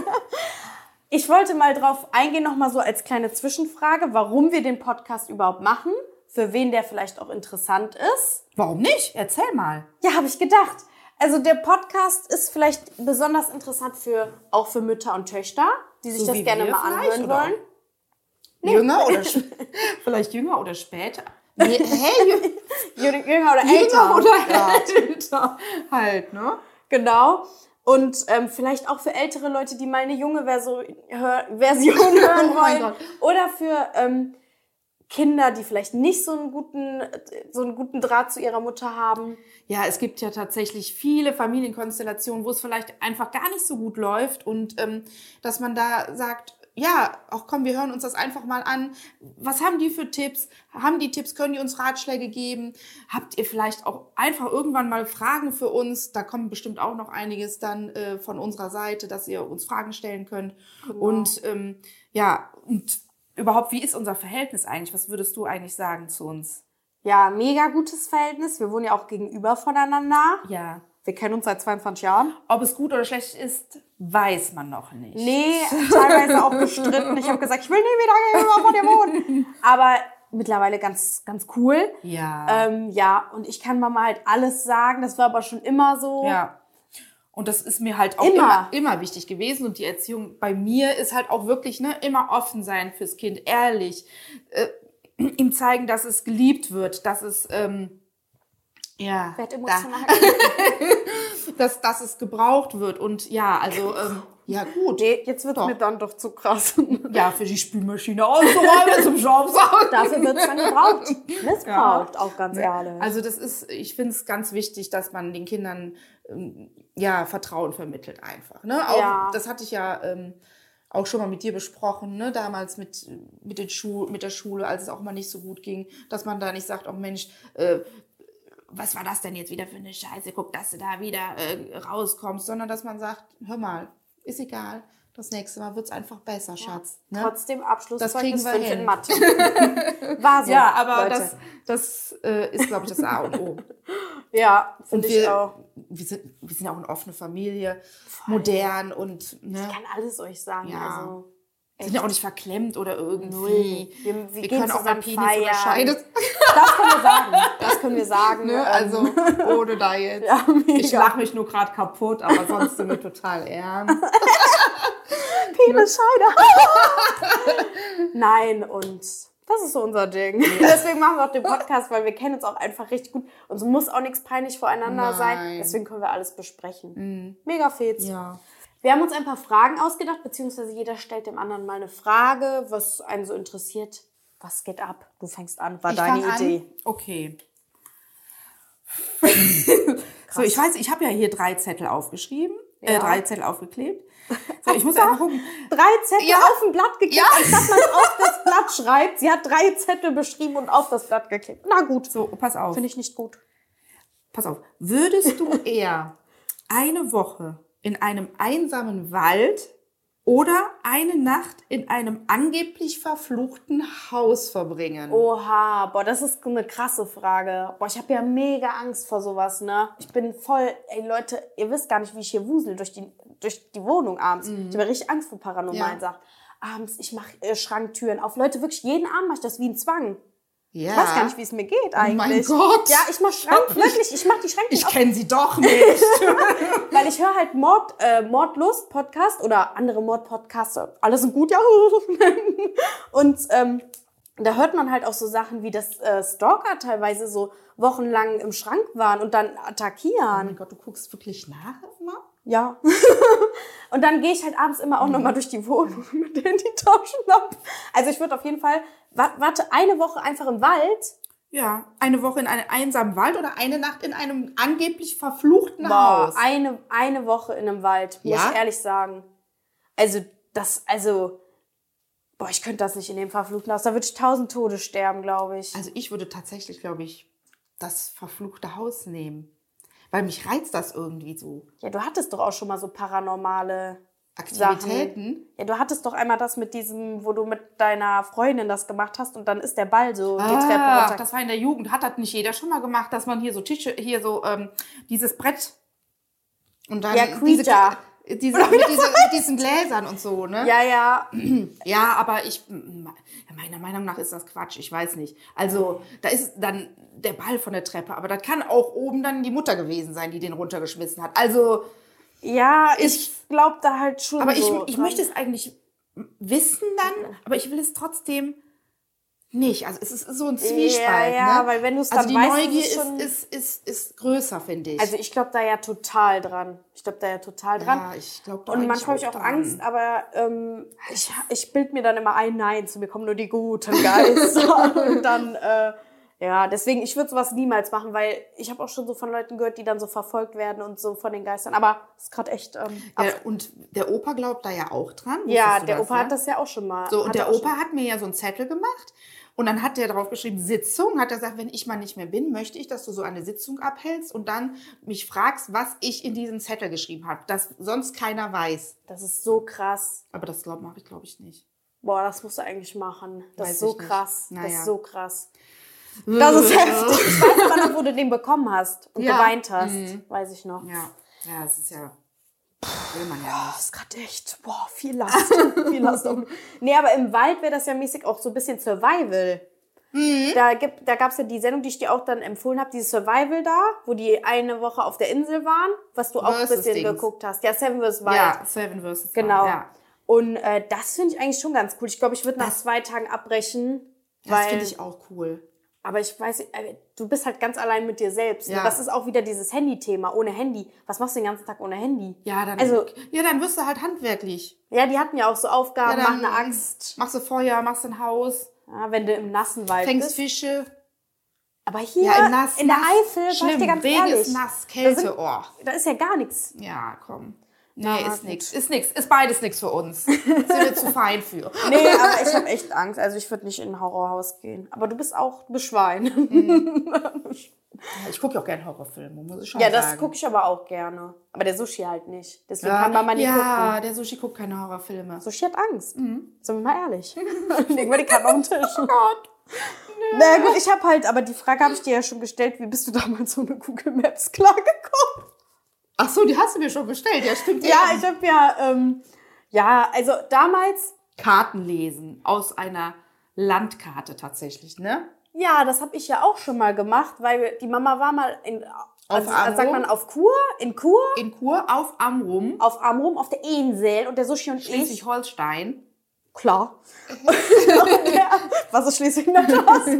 ich wollte mal drauf eingehen, nochmal so als kleine Zwischenfrage, warum wir den Podcast überhaupt machen, für wen der vielleicht auch interessant ist.
Warum nicht? Erzähl mal.
Ja, habe ich gedacht. Also der Podcast ist vielleicht besonders interessant für auch für Mütter und Töchter, die sich
So
das
wie
gerne
wir
mal
vielleicht,
anhören
oder?
wollen.
Jünger oder sch- vielleicht jünger oder später? Nee, hey, jünger,
Jüng- Jünger oder älter.
oder älter halt, ne?
Genau. Und ähm, vielleicht auch für ältere Leute, die mal eine junge Verso hör Version hören
Oh
wollen.
mein Gott.
Oder für ähm, Kinder, die vielleicht nicht so einen, guten, äh, so einen guten Draht zu ihrer Mutter haben.
Ja, es gibt ja tatsächlich viele Familienkonstellationen, wo es vielleicht einfach gar nicht so gut läuft und ähm, dass man da sagt, ja, auch komm, wir hören uns das einfach mal an. Was haben die für Tipps? Haben die Tipps? Können die uns Ratschläge geben? Habt ihr vielleicht auch einfach irgendwann mal Fragen für uns? Da kommen bestimmt auch noch einiges dann äh, von unserer Seite, dass ihr uns Fragen stellen könnt. Und ähm, ja, und überhaupt, wie ist unser Verhältnis eigentlich? Was würdest du eigentlich sagen zu uns?
Ja, mega gutes Verhältnis. Wir wohnen ja auch gegenüber voneinander.
Ja,
Wir kennen uns seit 22 Jahren.
Ob es gut oder schlecht ist, weiß man noch nicht.
Nee, teilweise auch gestritten. Ich habe gesagt, ich will nie wieder gegenüber von dir wohnen. Aber mittlerweile ganz, ganz cool.
Ja.
Ähm, ja, und ich kann Mama halt alles sagen. Das war aber schon immer so.
ja. Und das ist mir halt auch
Ähm, Immer.
immer. Immer, wichtig gewesen. Und die Erziehung bei mir ist halt auch wirklich ne, immer offen sein fürs Kind, ehrlich. Äh, ihm zeigen, dass es geliebt wird, dass es. Ähm, ja,
Werd
da,
emotional.
dass, dass es gebraucht wird. Und ja, also, ähm, ja gut.
Nee, jetzt wird mir dann doch zu krass.
Ja, für die Spülmaschine auszuräumen zum Staubsaugen.
Dafür wird es dann gebraucht. Missbraucht, auch ganz ehrlich.
Also das ist, ich finde es ganz wichtig, dass man den Kindern ähm, ja Vertrauen vermittelt einfach. Ne? Auch,
Ja.
Das hatte ich ja ähm, auch schon mal mit dir besprochen, ne? damals mit, mit, den Schu mit der Schule, als es auch mal nicht so gut ging, dass man da nicht sagt, oh Mensch, äh, was war das denn jetzt wieder für eine Scheiße? Guck, dass du da wieder äh, rauskommst, sondern dass man sagt, hör mal, ist egal, das nächste Mal wird's einfach besser, Schatz. Ne?
Trotzdem
Das kriegen
Abschlusszeugnis
wir
5
hin.
in Mathe. War so.
Ja, aber
Leute.
das, das äh, ist, glaube ich, das A und O.
Ja,
Und
finde ich
wir,
auch.
wir, sind, wir sind ja auch eine offene Familie, modern und ne?
Ich kann alles euch sagen.
Ja.
Also,
Sind ja auch nicht verklemmt oder irgendwie.
Null. Wir- wir gehen
können auch
zusammen
mal Penis
feiern.
unterscheiden.
Das können wir sagen. Das können wir sagen.
Ne?
Ähm,
Also ohne da jetzt.
Ja, mega.
ich lache mich nur gerade kaputt, aber sonst sind wir total ernst.
Penisscheider. Nein, und das ist so unser Ding. Deswegen machen wir auch den Podcast, weil wir kennen uns auch einfach richtig gut. Uns muss auch nichts peinlich voreinander sein.
Nein. Mhm.
Deswegen können wir alles besprechen. Mega fetz.
Ja.
Wir haben uns ein paar Fragen ausgedacht, beziehungsweise jeder stellt dem anderen mal eine Frage, was einen so interessiert. Was geht ab? Du fängst an, war deine
fang an.
Idee.
Okay. so, ich weiß, ich habe ja hier drei Zettel aufgeschrieben, äh, drei Zettel aufgeklebt. So, ich muss einfach gucken.
Drei Zettel
Ja.
auf ein Blatt geklebt,
Ja.
anstatt man auf das Blatt schreibt. Sie hat drei Zettel beschrieben und auf das Blatt geklebt. Na gut,
So, pass auf.
finde ich nicht gut.
Pass auf. Würdest du eher eine Woche in einem einsamen Wald oder eine Nacht in einem angeblich verfluchten Haus verbringen?
Oha, Ah, boah, das ist eine krasse Frage. Boah, ich habe ja mega Angst vor sowas, ne? Ich bin voll, ey Leute, ihr wisst gar nicht, wie ich hier wusel durch die, durch die Wohnung abends. Ich habe richtig Angst vor paranormalen
Ja.
Sachen. Abends, ich mache äh, Schranktüren auf. Leute, wirklich jeden Abend mache ich das wie ein Zwang.
ja. Oh
Ich weiß gar nicht, wie es mir geht eigentlich.
Gott.
Ja, ich mache Schrank, wirklich, ich mache die Schranktüren
Ich
auf.
kenne sie doch nicht.
Weil ich höre halt Mord, äh, Mordlust-Podcast oder andere Mord-Podcasts. Alle sind gut, ja. Und ähm, da hört man halt auch so Sachen wie, dass äh, Stalker teilweise so wochenlang im Schrank waren und dann attackieren.
Oh Gott, du guckst wirklich nach immer?
Ja. und dann gehe ich halt abends immer auch nochmal durch die Wohnung mit denen die tauschen ab. Also ich würde auf jeden Fall, wa- warte, eine Woche einfach im Wald.
Ja, eine Woche in einem einsamen Wald oder eine Nacht in einem angeblich verfluchten
Boah,
Haus.
eine, eine Woche in einem Wald, muss
Ja?
ich ehrlich sagen. Also, das, also, boah, ich könnte das nicht in dem verfluchten Haus. Da würde ich tausend Tode sterben, glaube ich.
Also ich würde tatsächlich, glaube ich, das verfluchte Haus nehmen. Weil mich reizt das irgendwie so.
Ja, du hattest doch auch schon mal so paranormale
Aktivitäten?
Sachen. Ja, du hattest doch einmal das mit diesem, wo du mit deiner Freundin das gemacht hast und dann ist der Ball so die Treppe runter.
Ah, das war in der Jugend. Hat das nicht jeder schon mal gemacht, dass man hier so Tische, hier so ähm, dieses Brett und dann
Ja, Creature.
diese, äh, diese, mit, diese, mit diesen Gläsern und so, ne?
ja, ja.
Ja, aber ich, m- m- meiner Meinung nach ist das Quatsch, ich weiß nicht. Also, da ist dann der Ball von der Treppe, aber das kann auch oben dann die Mutter gewesen sein, die den runtergeschmissen hat. Also,
Ja, ich, glaube da halt schon.
aber ich,
so
ich
dran.
möchte es eigentlich wissen dann, aber ich will es trotzdem nicht. Also, es ist so ein Zwiespalt.
Ja, ja,
ne?
weil wenn du's
also
dann
die
weißt, ist
Neugier
es schon-
ist, ist, ist, ist größer, finde ich.
Also ich glaube da ja total dran. Ich glaube da ja total dran.
Ja, ich glaub da
Und
eigentlich
manchmal habe ich auch
auch dran.
Angst, aber ähm, ich, ich bild mir dann immer ein, nein, zu mir kommen nur die guten Geister. Und dann, äh, ja, deswegen, ich würde sowas niemals machen, weil ich habe auch schon so von Leuten gehört, die dann so verfolgt werden und so von den Geistern. Aber es ist gerade echt. Ähm, ab-
ja, und der Opa glaubt da ja auch dran.
ja,
Wusstest du
der
das,
Opa
ne?
hat das ja auch schon mal.
So, und
hat er
der
auch
Opa hat mir ja so einen Zettel gemacht und dann hat der drauf geschrieben, Sitzung, hat er gesagt, wenn ich mal nicht mehr bin, möchte ich, dass du so eine Sitzung abhältst und dann mich fragst, was ich in diesem Zettel geschrieben habe, dass sonst keiner weiß.
Schon, das ist so krass.
Aber das glaub, mache ich, glaube ich, nicht.
Boah, das musst du eigentlich machen. Das
Weiß
ist so
ich nicht.
krass. Das
Naja.
ist so krass. Das ist heftig. Ich weiß aber noch, wo du den bekommen hast und
Ja. Mhm.
geweint hast. Weiß ich noch.
Ja, ja, es ist ja, will man ja
Das ist gerade echt, boah, viel Last. viel Last. auf- Nee, aber im Wald wäre das ja mäßig auch so ein bisschen Survival.
Mhm.
Da, gibt, da gab es ja die Sendung, die ich dir auch dann empfohlen habe, dieses Survival da, wo die eine Woche auf der Insel waren, was du auch ein
Versus
bisschen
Dings.
geguckt hast. Ja, Seven vs. Wild.
nicht. Ja, Seven versus
halt.
Wild,
genau.
Ja.
Und äh, das finde ich eigentlich schon ganz cool. Ich glaube, ich würde nach zwei Tagen abbrechen.
Das
weil,
finde ich auch cool.
Aber ich weiß, nicht, äh, du bist halt ganz allein mit dir selbst. ne?
Ja.
Das ist auch wieder dieses Handy-Thema, ohne Handy. Was machst du den ganzen Tag ohne Handy?
Ja, dann,
Also,
ja, dann wirst du halt handwerklich.
ja, die hatten ja auch so Aufgaben,
Ja, dann-
mach ne eine Axt.
Machst du Feuer, machst ein Haus,
Ja, wenn du im nassen Wald
fängst
bist.
Fische.
Aber hier
Ja, im Nass-
in der
nass,
Eifel, sag ich
schlimm.
dir ganz
Regen
ehrlich,
ist nass, Kälte,
da, sind,
oh.
da ist ja gar nichts.
Ja, komm. Nee, ist nix. Ist nix. Ist beides nix für uns. Sind wir zu fein für.
Nee, aber ich habe echt Angst. Also ich würde nicht in ein Horrorhaus gehen. Aber du bist auch ein Schwein.
Ich gucke ja auch gerne Horrorfilme, muss ich schon
Mhm. Ja,
sagen.
das gucke ich aber auch gerne. Aber der Sushi halt nicht. Deswegen
ja.
kann man mal nicht
Ja,
gucken.
der Sushi guckt keine Horrorfilme.
Sushi hat Angst. Sind wir mal ehrlich. Legen wir die Karten auf den Tisch. Mhm. Oh Gott. Na gut, ich habe halt, aber die Frage habe ich dir ja schon gestellt, wie bist du damals so eine Google Maps klargekommen?
Ach so, die hast du mir schon bestellt. Ja, stimmt.
Ja, ich habe ja, ähm, ja, also damals
Karten lesen aus einer Landkarte tatsächlich, ne?
Ja, das habe ich ja auch schon mal gemacht, weil die Mama war mal in, also,
Amrum.
sagt man auf Kur, in Kur,
In Kur auf Amrum,
auf Amrum, auf der Insel und der Sushi und ich,
Schleswig-Holstein.
klar. Und der- was ist schließlich das?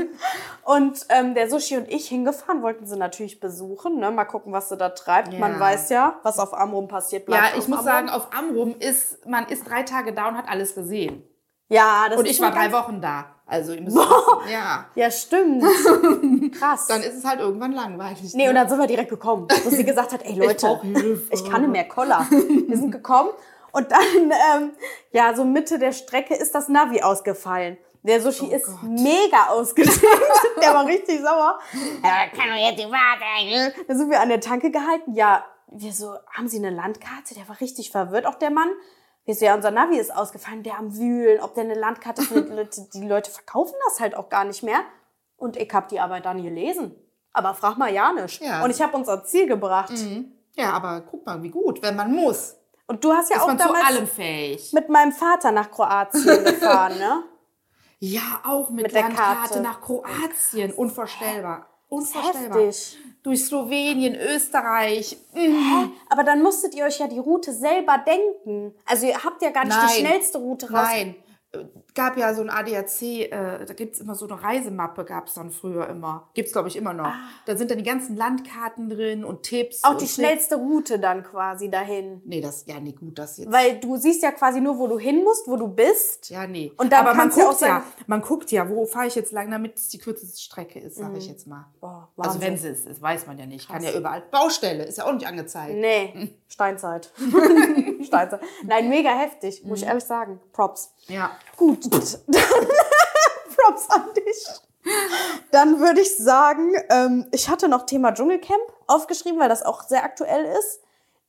Und ähm, der Sushi und ich hingefahren, wollten sie natürlich besuchen, ne? mal gucken, was sie da treibt.
Ja.
Man weiß ja, was auf Amrum passiert bleibt.
Ja,
auf
ich muss
Amrum.
sagen, auf Amrum ist, man ist drei Tage da und hat alles gesehen.
ja, das
Und
ist
ich war
schon
drei
ganz-
Wochen da. Also, ihr müsst wissen, ja.
Ja, stimmt. Krass.
Dann ist es halt irgendwann langweilig.
Nee,
ne?
und dann sind wir direkt gekommen, wo sie gesagt hat, ey Leute,
brauch Hilfe.
ich, kann nicht mehr Koller. Wir sind gekommen und dann, ähm, ja, so Mitte der Strecke ist das Navi ausgefallen. Der Sushi
Oh
ist mega ausgedehnt. der war richtig sauer. Ja, kann doch jetzt nicht wahr sein. Dann sind wir an der Tanke gehalten. Ja, wir so, haben Sie eine Landkarte? Der war richtig verwirrt, auch der Mann. Wir so, ja, unser Navi ist ausgefallen, der am Wühlen, ob der eine Landkarte findet. Die Leute verkaufen das halt auch gar nicht mehr. Und ich hab die aber dann gelesen. Aber frag mal Janisch.
Ja. Mhm.
Und ich habe uns ans Ziel gebracht.
Ja, aber guck mal, wie gut, wenn man muss. Ist
Und du hast ja auch
man zu
damals
allem fähig.
mit meinem Vater nach Kroatien gefahren, ne?
Ja, auch mit,
Mit der
Landkarte
Karte.
nach Kroatien. Unvorstellbar. Unvorstellbar.
Heftig.
Durch Slowenien, Österreich. Mhm.
Aber dann musstet ihr euch ja die Route selber denken. Also ihr habt ja gar nicht die schnellste Route raus.
Nein. Äh, Gab ja so ein ADAC, äh, da gibt's immer so eine Reisemappe, gab's dann früher immer. Gibt's glaube ich, immer noch. Da sind dann die ganzen Landkarten drin und Tipps.
Ah. Auch
und
die
Tricks.
schnellste Route dann quasi dahin.
Nee, das, ja, nee, gut, das jetzt.
Weil du siehst ja quasi nur, wo du hin musst, wo du bist.
ja, nee.
Und dann
Aber man
kann's ja auch
guckt ja,
sein-
man guckt ja, wo fahre ich jetzt lang, damit es die kürzeste Strecke ist, sage ich jetzt mal.
Mhm. Boah, Wahnsinn.
also wenn sie es ist, weiß man ja nicht. Kann ja überall. Baustelle ist ja auch nicht angezeigt.
Nee, Steinzeit. Steinzeit. Nein, mega heftig, muss
Mhm.
ich ehrlich sagen. Props.
Ja.
Gut, dann Props an dich. Dann würde ich sagen, ähm, ich hatte noch Thema Dschungelcamp aufgeschrieben, weil das auch sehr aktuell ist.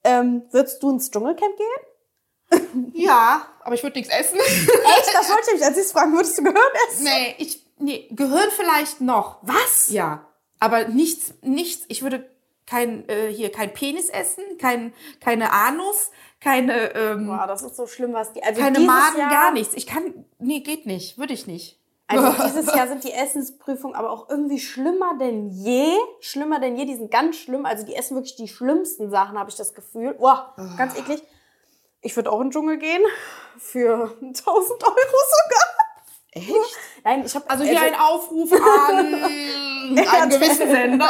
Ähm, würdest du ins Dschungelcamp gehen?
Ja, aber ich würde nichts essen.
Echt? Das wollte ich mich als ich fragen, würdest du gehört essen?
nee, ich. Nee, Gehirn vielleicht noch.
Was?
Ja. Aber nichts, nichts. Ich würde kein, äh, hier, kein Penis essen, kein, keine Anus, keine, ähm,
Boah, Ah, das ist so schlimm, was die. Also
keine
dieses
Maden,
Jahr,
gar nichts. Ich kann. Nee, geht nicht. Würde ich nicht.
Also dieses Jahr sind die Essensprüfungen aber auch irgendwie schlimmer denn je. Schlimmer denn je. Die sind ganz schlimm. Also die essen wirklich die schlimmsten Sachen, habe ich das Gefühl. Boah, ganz eklig. Ich würde auch in den Dschungel gehen. Für 1000 Euro sogar. Echt? Nein, ich habe
Also hier ein Aufruf an einen gewissen Sender.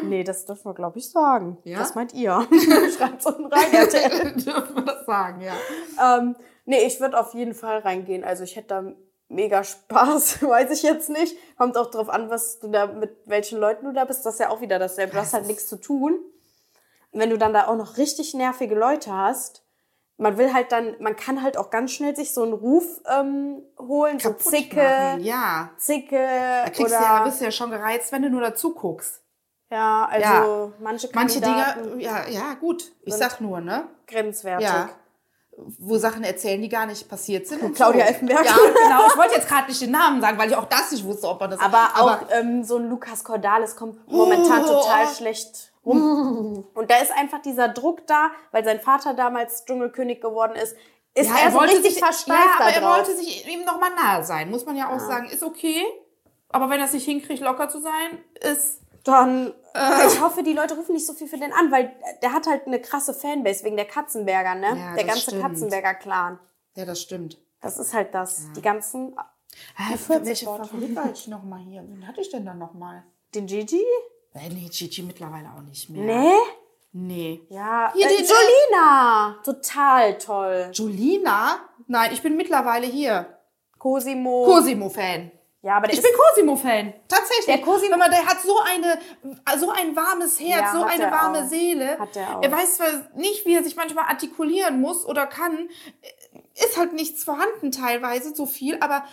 Nee, das dürfen wir, glaube ich, sagen.
Ja?
Das meint ihr. Schreibt's unten rein, RTL.
Dürfen wir das sagen, ja.
Ähm, nee, ich würde auf jeden Fall reingehen. Also ich hätte da mega Spaß, weiß ich jetzt nicht. Kommt auch drauf an, was du da mit welchen Leuten du da bist. Das ist ja auch wieder dasselbe. Du hast halt nichts zu tun. Und wenn du dann da auch noch richtig nervige Leute hast, man will halt dann, man kann halt auch ganz schnell sich so einen Ruf ähm, holen, so
Kaputt
Zicke,
machen, ja.
Zicke
Da kriegst
oder
du ja, bist du ja schon gereizt, wenn du nur dazu guckst.
ja, also
Ja.
manche
Manche
Kandidaten
Dinge, ja, ja, gut. Ich sag nur, ne?
grenzwertig.
Ja. Wo Sachen erzählen, die gar nicht passiert sind. und
Claudia
so.
Effenberg.
Ja, genau. Ich wollte jetzt gerade nicht den Namen sagen, weil ich auch das nicht wusste, ob man das.
Aber auch ähm, so ein Lukas Cordalis kommt
Oh.
momentan total schlecht rum. Und da ist einfach dieser Druck da, weil sein Vater damals Dschungelkönig geworden ist, ist er, so richtig versteift
Ja, aber
da
er
drauf.
wollte sich ihm nochmal nahe sein, muss man ja auch sagen. Ist okay. Aber wenn er es nicht hinkriegt, locker zu sein, ist.
Dann,
Äh.
ich hoffe, die Leute rufen nicht so viel für den an, weil der hat halt eine krasse Fanbase wegen der Katzenberger, ne?
Ja,
der
das
ganze
stimmt.
Katzenberger-Clan.
Ja, das stimmt.
Das ist halt das. Die ganzen,
Ah, welche Favorit war ich nochmal hier? Wen hatte ich denn dann nochmal?
den Gigi?
Äh, nee, Gigi mittlerweile auch nicht mehr.
Ne?
Nee.
Ja,
Hier
äh,
den-
Jolina! Total toll.
Julina? Nein, ich bin mittlerweile hier.
Cosimo.
Cosimo-Fan.
ja, aber der
Ich
ist
bin Cosimo-Fan. Tatsächlich.
Der Cosimo-
Wenn man, der hat so, eine, so ein warmes
Ja,
Herz, so
hat
eine
er
warme
auch.
Seele.
Hat er auch.
weiß zwar nicht, wie er sich manchmal artikulieren muss oder kann. Ist halt nichts vorhanden teilweise, so viel, aber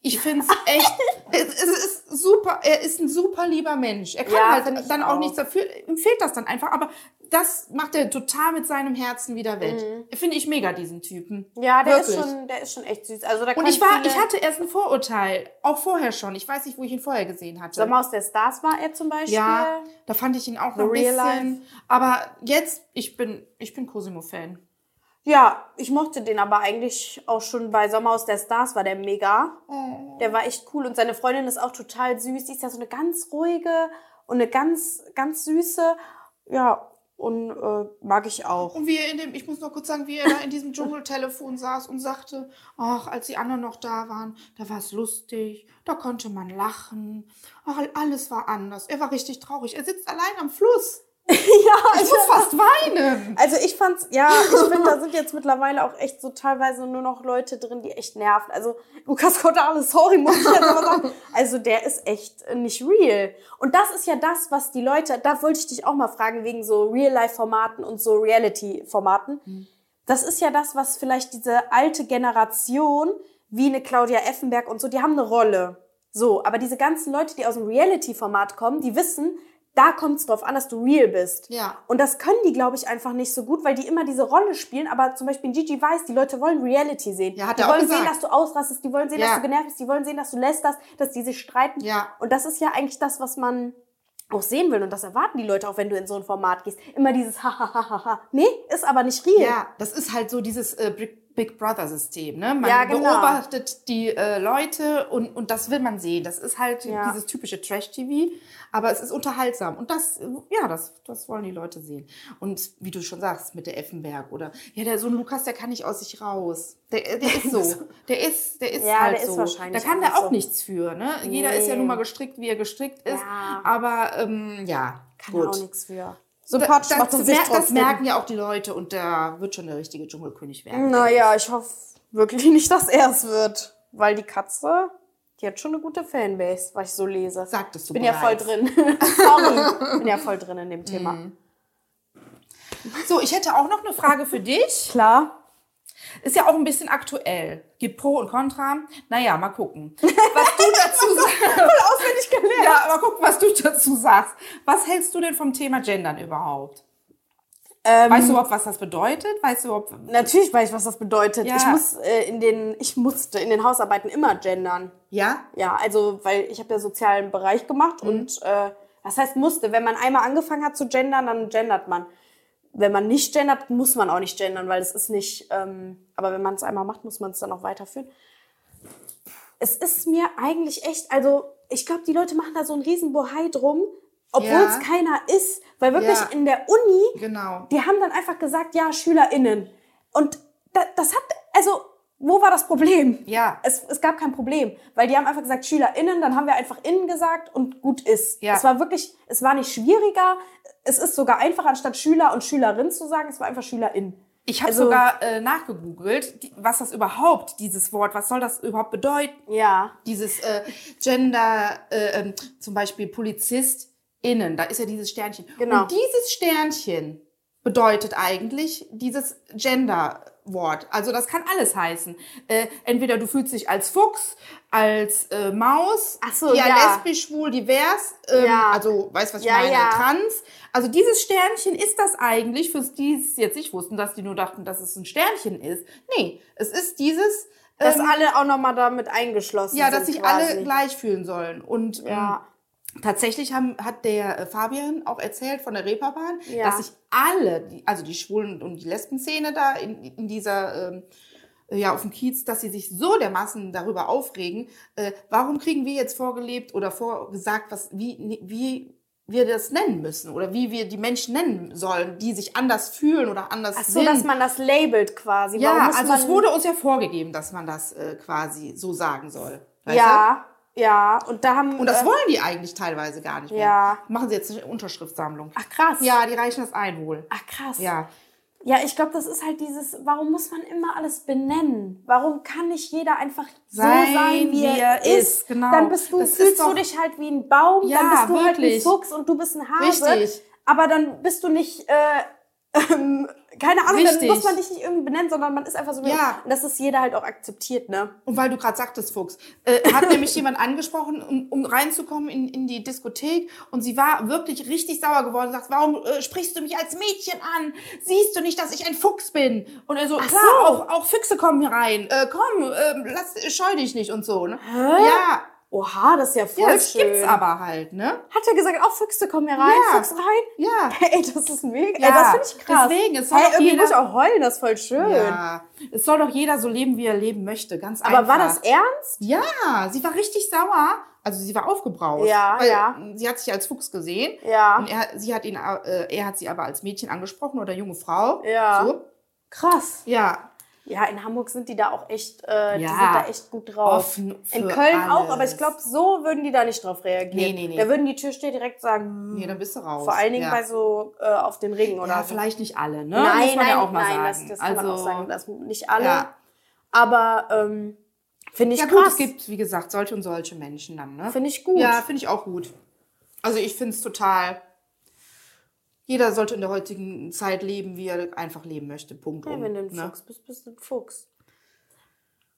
ich finde es echt, es, es ist super, er ist ein super lieber Mensch. Er kann
Ja,
halt
find
dann,
ich
dann auch
auch.
nichts dafür, ihm fehlt das dann einfach, aber das macht er total mit seinem Herzen wieder wett. Finde ich mega, diesen Typen.
Mhm. Ja, der ist,
Wirklich.
schon, der ist schon echt süß. Also, da
Und
kann
ich war,
viele-
ich hatte erst ein Vorurteil, auch vorher schon. Ich weiß nicht, wo ich ihn vorher gesehen hatte.
Sommer aus der Stars war er zum Beispiel.
ja, da fand ich ihn auch noch ein
Real
bisschen. Aber jetzt, ich bin, ich bin Cosimo-Fan.
Ja, ich mochte den aber eigentlich auch schon bei Sommer aus der Stars war der mega.
Mhm.
Der war echt cool und seine Freundin ist auch total süß. Die ist ja so eine ganz ruhige und eine ganz, ganz süße. Ja, und äh, mag ich auch.
Und wie er in dem, ich muss noch kurz sagen, wie er da in diesem Dschungeltelefon saß und sagte, ach, als die anderen noch da waren, da war es lustig, da konnte man lachen. Ach, alles war anders. Er war richtig traurig. Er sitzt allein am Fluss.
Ja,
Ich muss fast weinen.
Also ich fand's, ja, ich finde, da sind jetzt mittlerweile auch echt so teilweise nur noch Leute drin, die echt nerven. Also Lukas Cordalis, sorry, muss ich jetzt aber sagen. Also der ist echt äh, nicht real. Und das ist ja das, was die Leute, da wollte ich dich auch mal fragen, wegen so Real-Life-Formaten und so Reality-Formaten. Das ist ja das, was vielleicht diese alte Generation, wie eine Claudia Effenberg und so, die haben eine Rolle. So, aber diese ganzen Leute, die aus dem Reality-Format kommen, die wissen, da kommt es drauf an, dass du real bist.
Ja.
Und das können die, glaube ich, einfach nicht so gut, weil die immer diese Rolle spielen. Aber zum Beispiel Gigi weiß, die Leute wollen Reality sehen.
Ja, hat
die
er auch
wollen sehen,
gesagt.
dass du ausrastest, die wollen sehen,
Ja.
dass du genervt bist, die wollen sehen, dass du lästerst, dass die sich streiten.
Ja.
Und das ist ja eigentlich das, was man auch sehen will. Und das erwarten die Leute auch, wenn du in so ein Format gehst. Immer dieses Hahaha. nee, ist aber nicht real.
Ja, das ist halt so dieses äh, Big, Big Brother System, ne? Man
Ja, genau.
beobachtet die äh, Leute und, und das will man sehen. Das ist halt
Ja.
dieses typische Trash-TV, aber es ist unterhaltsam und das, äh, ja, das, das wollen die Leute sehen. Und wie du schon sagst, mit der Effenberg oder, ja, der so ein Lukas, der kann nicht aus sich raus. Der, der ist so. Der ist, der ist
Ja,
halt
der ist
so.
wahrscheinlich
da kann
einfach
der auch
so.
nichts für, ne? Jeder ist ja nun mal gestrickt, wie er gestrickt ist,
Ja.
aber, ähm, ja.
Kann
gut.
auch nichts für.
Da-
Sympathisch macht
das,
er sich
merkt, das
trotzdem.
merken ja auch die Leute und da wird schon der richtige Dschungelkönig werden.
Naja, ich hoffe wirklich nicht, dass er es wird. Weil die Katze, die hat schon eine gute Fanbase, was ich so lese.
Sagtest du
Bin ja voll
bereits.
drin. Sorry. Bin ja voll drin in dem Thema.
So, ich hätte auch noch eine Frage für dich.
Klar.
Ist ja auch ein bisschen aktuell. Gibt Pro und Contra. Naja, mal gucken. Was du dazu sagst. Voll auswendig gelernt. Ja, mal gucken, was du dazu sagst. Was hältst du denn vom Thema Gendern überhaupt?
Ähm,
weißt du überhaupt, was das bedeutet? Weißt du überhaupt.
Natürlich weiß ich, was das bedeutet.
Ja.
Ich muss äh, in den, ich musste in den Hausarbeiten immer gendern.
Ja?
Ja, also weil ich habe ja sozialen Bereich gemacht
Mhm.
und äh, das heißt musste, wenn man einmal angefangen hat zu gendern, dann gendert man. Wenn man nicht gendert, muss man auch nicht gendern, weil es ist nicht. Ähm, aber wenn man es einmal macht, muss man es dann auch weiterführen. Es ist mir eigentlich echt, also ich glaube, die Leute machen da so einen riesen Bohai drum, obwohl es
Ja.
keiner ist, weil wirklich
Ja.
in der Uni
Genau.
die haben dann einfach gesagt, ja, SchülerInnen. Und da, das hat, also, wo war das Problem?
Ja.
Es, es gab kein Problem, weil die haben einfach gesagt, SchülerInnen, dann haben wir einfach innen gesagt und gut ist.
Ja.
Es war wirklich, es war nicht schwieriger, es ist sogar einfacher, anstatt Schüler und Schülerin zu sagen, es war einfach SchülerInnen.
Ich habe
Also-
sogar äh, nachgegoogelt, die, was das überhaupt, dieses Wort, was soll das überhaupt bedeuten?
Ja.
dieses äh, Gender, äh, ähm, zum Beispiel PolizistInnen, da ist ja dieses Sternchen.
Genau.
Und dieses Sternchen bedeutet eigentlich dieses Gender-Wort. Also das kann alles heißen. Äh, entweder du fühlst dich als Fuchs, als äh, Maus,
Ach so,
ja,
ja.
lesbisch, schwul, divers, ähm,
Ja.
also weißt was ich
Ja,
meine,
ja.
trans. Also dieses Sternchen ist das eigentlich, für die es jetzt nicht wussten, dass die nur dachten, dass es ein Sternchen ist. Nee, es ist dieses,
Dass
ähm,
alle auch nochmal damit eingeschlossen
ja,
sind.
dass sich
quasi.
alle gleich fühlen sollen. Und ähm,
Ja.
Tatsächlich haben, hat der äh, Fabian auch erzählt von der Reeperbahn,
Ja.
dass sich alle, die, also die Schwulen und die Lesben-Szene da in, in dieser, ähm, ja, auf dem Kiez, dass sie sich so dermaßen darüber aufregen, äh, warum kriegen wir jetzt vorgelebt oder vorgesagt, was, wie, ne, wie wir das nennen müssen oder wie wir die Menschen nennen sollen, die sich anders fühlen oder anders
Ach so,
sind.
dass man das labelt quasi. Warum
ja,
muss
also
man,
es wurde uns ja vorgegeben, dass man das äh, quasi so sagen soll. weißt du?
Ja, ja. Und da haben.
also Und das
äh,
wollen die eigentlich teilweise gar nicht mehr.
Ja.
Machen sie jetzt eine Unterschriftsammlung.
Ach krass.
Ja, die reichen das ein wohl.
Ach krass.
Ja.
Ja, ich glaube, das ist halt dieses, warum muss man immer alles benennen? Warum kann nicht jeder einfach so
Sein,
sein, wie er ist?
genau.
Dann bist du,
Das ist
fühlst du
doch-
dich halt wie ein Baum,
Ja,
dann bist du halt ein
wirklich.
Fuchs und du bist ein Hase.
Richtig.
Aber dann bist du nicht, äh, ähm, keine Ahnung,
Richtig.
dann muss man dich nicht irgendwie benennen, sondern man ist einfach so, wie-
Ja.
und das ist jeder halt auch akzeptiert, ne?
Und weil du gerade sagtest, Fuchs, äh, hat nämlich jemand angesprochen, um, um reinzukommen in, in die Diskothek. Und sie war wirklich richtig sauer geworden und sagt, warum äh, sprichst du mich als Mädchen an? Siehst du nicht, dass ich ein Fuchs bin? Und er so, klar,
so.
auch, auch Füchse kommen hier rein. Äh, komm, äh, lass, scheu dich nicht und so. Ne? Ja,
Oha, das ist ja voll
ja, das
schön.
gibt's aber halt, ne?
Hat er gesagt, auch Füchse kommen hier rein,
Ja.
Fuchs rein?
Ja.
Ey, das ist mega,
Ja.
ey, das finde ich krass.
Deswegen, es soll
hey,
doch
irgendwie
jeder-
muss ich auch heulen, das ist voll schön.
Ja, es soll doch jeder so leben, wie er leben möchte, ganz
Aber
einfach.
war das ernst?
Ja, sie war richtig sauer. Also sie war aufgebraut.
Ja,
weil
ja.
Sie hat sich als Fuchs gesehen.
Ja.
Und er, sie hat ihn, äh, er hat sie aber als Mädchen angesprochen oder junge Frau.
Ja.
So.
Krass.
Ja.
Ja, in Hamburg sind die da auch echt, äh, die
Ja.
sind da echt gut drauf.
Offen für
in Köln auch,
alles.
aber ich glaube, so würden die da nicht drauf reagieren.
Nee, nee, nee.
Da würden die Türsteher direkt sagen, "Hm,
Nee, dann bist du raus.
vor allen Dingen
ja.
bei so äh, auf den Ringen oder
Ja,
so.
vielleicht nicht alle, ne?
Nein,
Muss man
nein,
ja auch mal
nein,
sagen.
das, das kann
also,
man auch sagen, das nicht alle.
Ja.
Aber ähm, finde ich
ja,
krass.
gut, es gibt, wie gesagt, solche und solche Menschen dann, ne?
Finde ich gut.
Ja, finde ich auch gut. Also ich finde es total. Jeder sollte in der heutigen Zeit leben, wie er einfach leben möchte. Punkt.
Ja,
und,
wenn du ein
ne?
Fuchs bist, bist du ein Fuchs.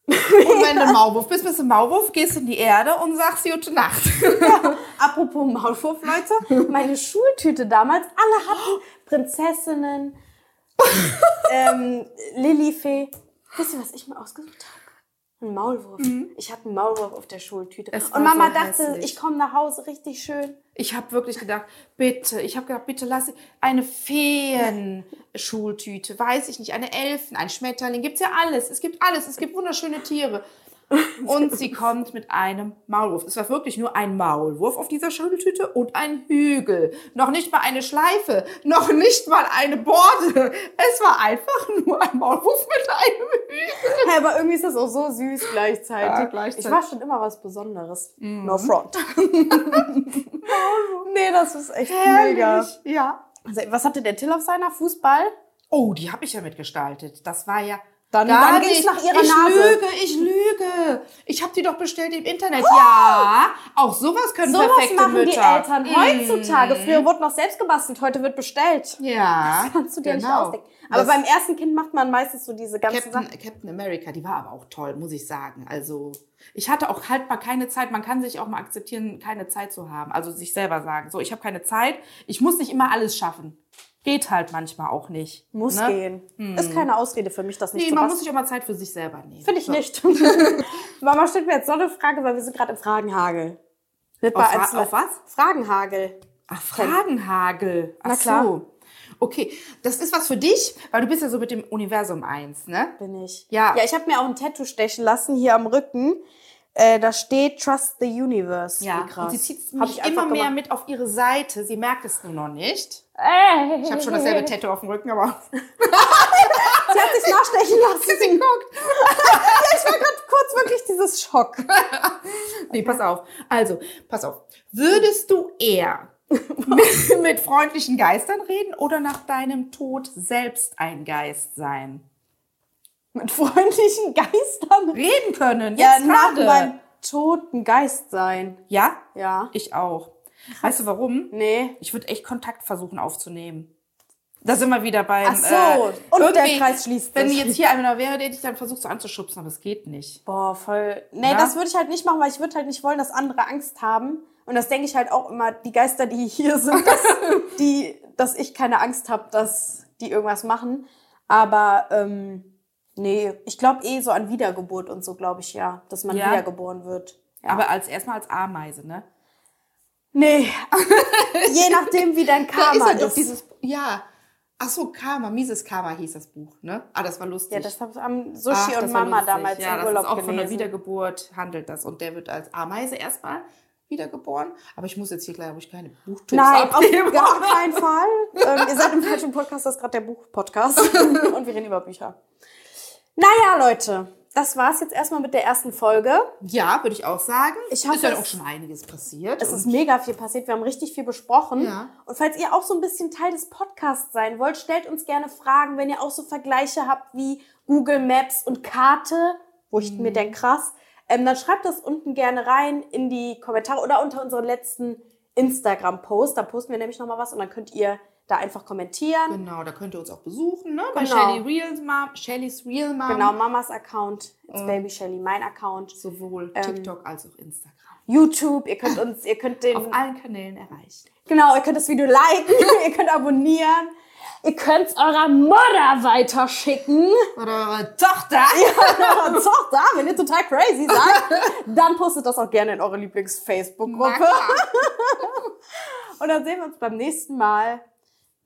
Und wenn du ein Maulwurf bist, bist du ein Maulwurf, gehst in die Erde und sagst gute Nacht.
Apropos Maulwurf, Leute, meine Schultüte damals, alle hatten Prinzessinnen, ähm, Lilifee. Wisst ihr, was ich mir ausgesucht habe? Ein Maulwurf. Ich hatte einen Maulwurf auf der Schultüte.
Es war
Und Mama
so
dachte,
hässlich.
ich komme nach Hause richtig schön.
Ich habe wirklich gedacht, bitte, ich habe gedacht, bitte lass eine Feenschultüte, weiß ich nicht, eine Elfen, ein Schmetterling, gibt's ja alles. Es gibt alles, es gibt wunderschöne Tiere. Und sie kommt mit einem Maulwurf. Es war wirklich nur ein Maulwurf auf dieser Schultüte und ein Hügel. Noch nicht mal eine Schleife, noch nicht mal eine Borde. Es war einfach nur ein Maulwurf mit einem Hügel.
Hey, aber irgendwie ist das auch so süß gleichzeitig.
Ja, gleichzeitig.
Ich war schon immer was Besonderes. No front. nee, das ist echt mega.
Herrlich, Ja.
Also, was hatte der Till auf seiner Fußball?
Oh, die habe ich ja mitgestaltet. Das war ja.
Dann-
gar
dann ging's
nicht.
nach ihrer
ich
Nase.
lüge, ich lüge. Ich habe die doch bestellt im Internet. Ja, auch sowas können
Sowas
perfekte
machen
Mütter. Mhm.
die Eltern heutzutage. Früher wurde noch selbst gebastelt, heute wird bestellt.
Ja,
Das kannst du dir nicht
genau.
ausdenken. Aber
Das-
beim ersten Kind macht man meistens so diese ganzen
Captain,
Sachen.
Captain America, die war aber auch toll, muss ich sagen. Also ich hatte auch halt mal keine Zeit. Man kann sich auch mal akzeptieren, keine Zeit zu haben. Also sich selber sagen, so ich habe keine Zeit. Ich muss nicht immer alles schaffen. Geht halt manchmal auch nicht.
Muss
ne?
gehen. Ist keine Ausrede für mich, das nicht
Nee,
zu
man muss
basteln.
sich auch mal Zeit für sich selber nehmen.
Finde ich nicht. Mama stellt mir jetzt so eine Frage, weil wir sind gerade im Fragenhagel. Wird
Auf
mal
Fra-
als-
auf was?
Fragenhagel.
Ach, Fragenhagel. Ach
Na klar.
so. Okay, das ist was für dich, weil du bist ja so mit dem Universum eins, ne?
Bin ich.
Ja.
Ja, ich habe mir auch ein Tattoo stechen lassen hier am Rücken. Äh, da steht Trust the Universe. Wie
Und
krass.
sie zieht
Hab
mich
ich einfach
immer mehr
gemacht.
mit auf ihre Seite. Sie merkt es nur noch nicht. Ich habe schon dasselbe Tattoo auf dem Rücken, aber
Sie hat sich nachstechen lassen.
sie guckt.
Ich war gerade kurz wirklich dieses Schock.
Nee, pass auf. Also, pass auf. Würdest du eher mit, mit freundlichen Geistern reden oder nach deinem Tod selbst ein Geist sein?
Mit freundlichen Geistern.
Reden können.
Ja,
Jetzt
nach
gerade.
meinem toten Geist sein.
Ja?
Ja.
Ich auch. Weißt du warum?
Nee.
Ich würde echt Kontakt versuchen aufzunehmen. Da sind wir wieder beim. äh,
Ach so, und der
irgendwie,
Kreis schließt
Wenn
sich.
jetzt hier einer wäre, der dich dann versucht so anzuschubsen, aber es geht nicht.
Boah, voll. Nee,
Ja?
das würde ich halt nicht machen, weil ich würde halt nicht wollen, dass andere Angst haben. Und das denke ich halt auch immer, die Geister, die hier sind, dass, die, dass ich keine Angst habe, dass die irgendwas machen. Aber ähm, nee, ich glaube eh so an Wiedergeburt und so, glaube ich ja, dass man
Ja?
wiedergeboren wird. Ja.
Aber als erstmal als Ameise, ne?
nee, je nachdem, wie dein Karma
da ist ja
ist.
doch dieses. Ja. Ach so, Karma, mieses Karma hieß das Buch, ne? Ah, das war lustig.
ja, das haben
Ach,
Sushi
das
und
war
Mama
lustig.
damals
ja,
im
das
Urlaub
ist auch von der
gelesen.
Wiedergeburt handelt das. Und der wird als Ameise erstmal wiedergeboren. Aber ich muss jetzt hier, glaube ich, keine Buchtipps
Nein, auf
abgeben.
gar keinen Fall. ähm, ihr seid im falschen Podcast, das ist gerade der Buch-Podcast. Und wir reden über Bücher. Naja, Leute, das war's jetzt erstmal mit der ersten Folge.
Ja, würde ich auch sagen.
Ich hoffe,
ist ja
es-
auch schon einiges passiert.
Es ist
Und-
mega viel passiert, wir haben richtig viel besprochen.
Ja.
Und falls ihr auch so ein bisschen Teil des Podcasts sein wollt, stellt uns gerne Fragen, wenn ihr auch so Vergleiche habt wie Google Maps und Karte, wo ich
Mhm.
mir denke, krass, ähm, dann schreibt das unten gerne rein in die Kommentare oder unter unseren letzten Instagram-Post. Da posten wir nämlich nochmal was und dann könnt ihr da einfach kommentieren.
genau, da könnt ihr uns auch besuchen, ne? Bei
Genau.
Shelly Real Mom, Shellys Real Mom.
Genau, Mamas Account, it's
Mhm.
Baby Shelly, mein Account,
Sowohl TikTok als auch Instagram.
YouTube, ihr könnt uns, ihr könnt den,
Auf allen Kanälen erreicht.
genau, ihr könnt das Video liken, ihr könnt abonnieren, ihr könnt's eurer Mutter weiterschicken,
Oder eure Tochter.
eurer Tochter, wenn ihr total crazy seid, dann postet das auch gerne in eure Lieblings-Facebook-Gruppe. Und dann sehen wir uns beim nächsten Mal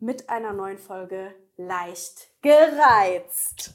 mit einer neuen Folge Leicht gereizt.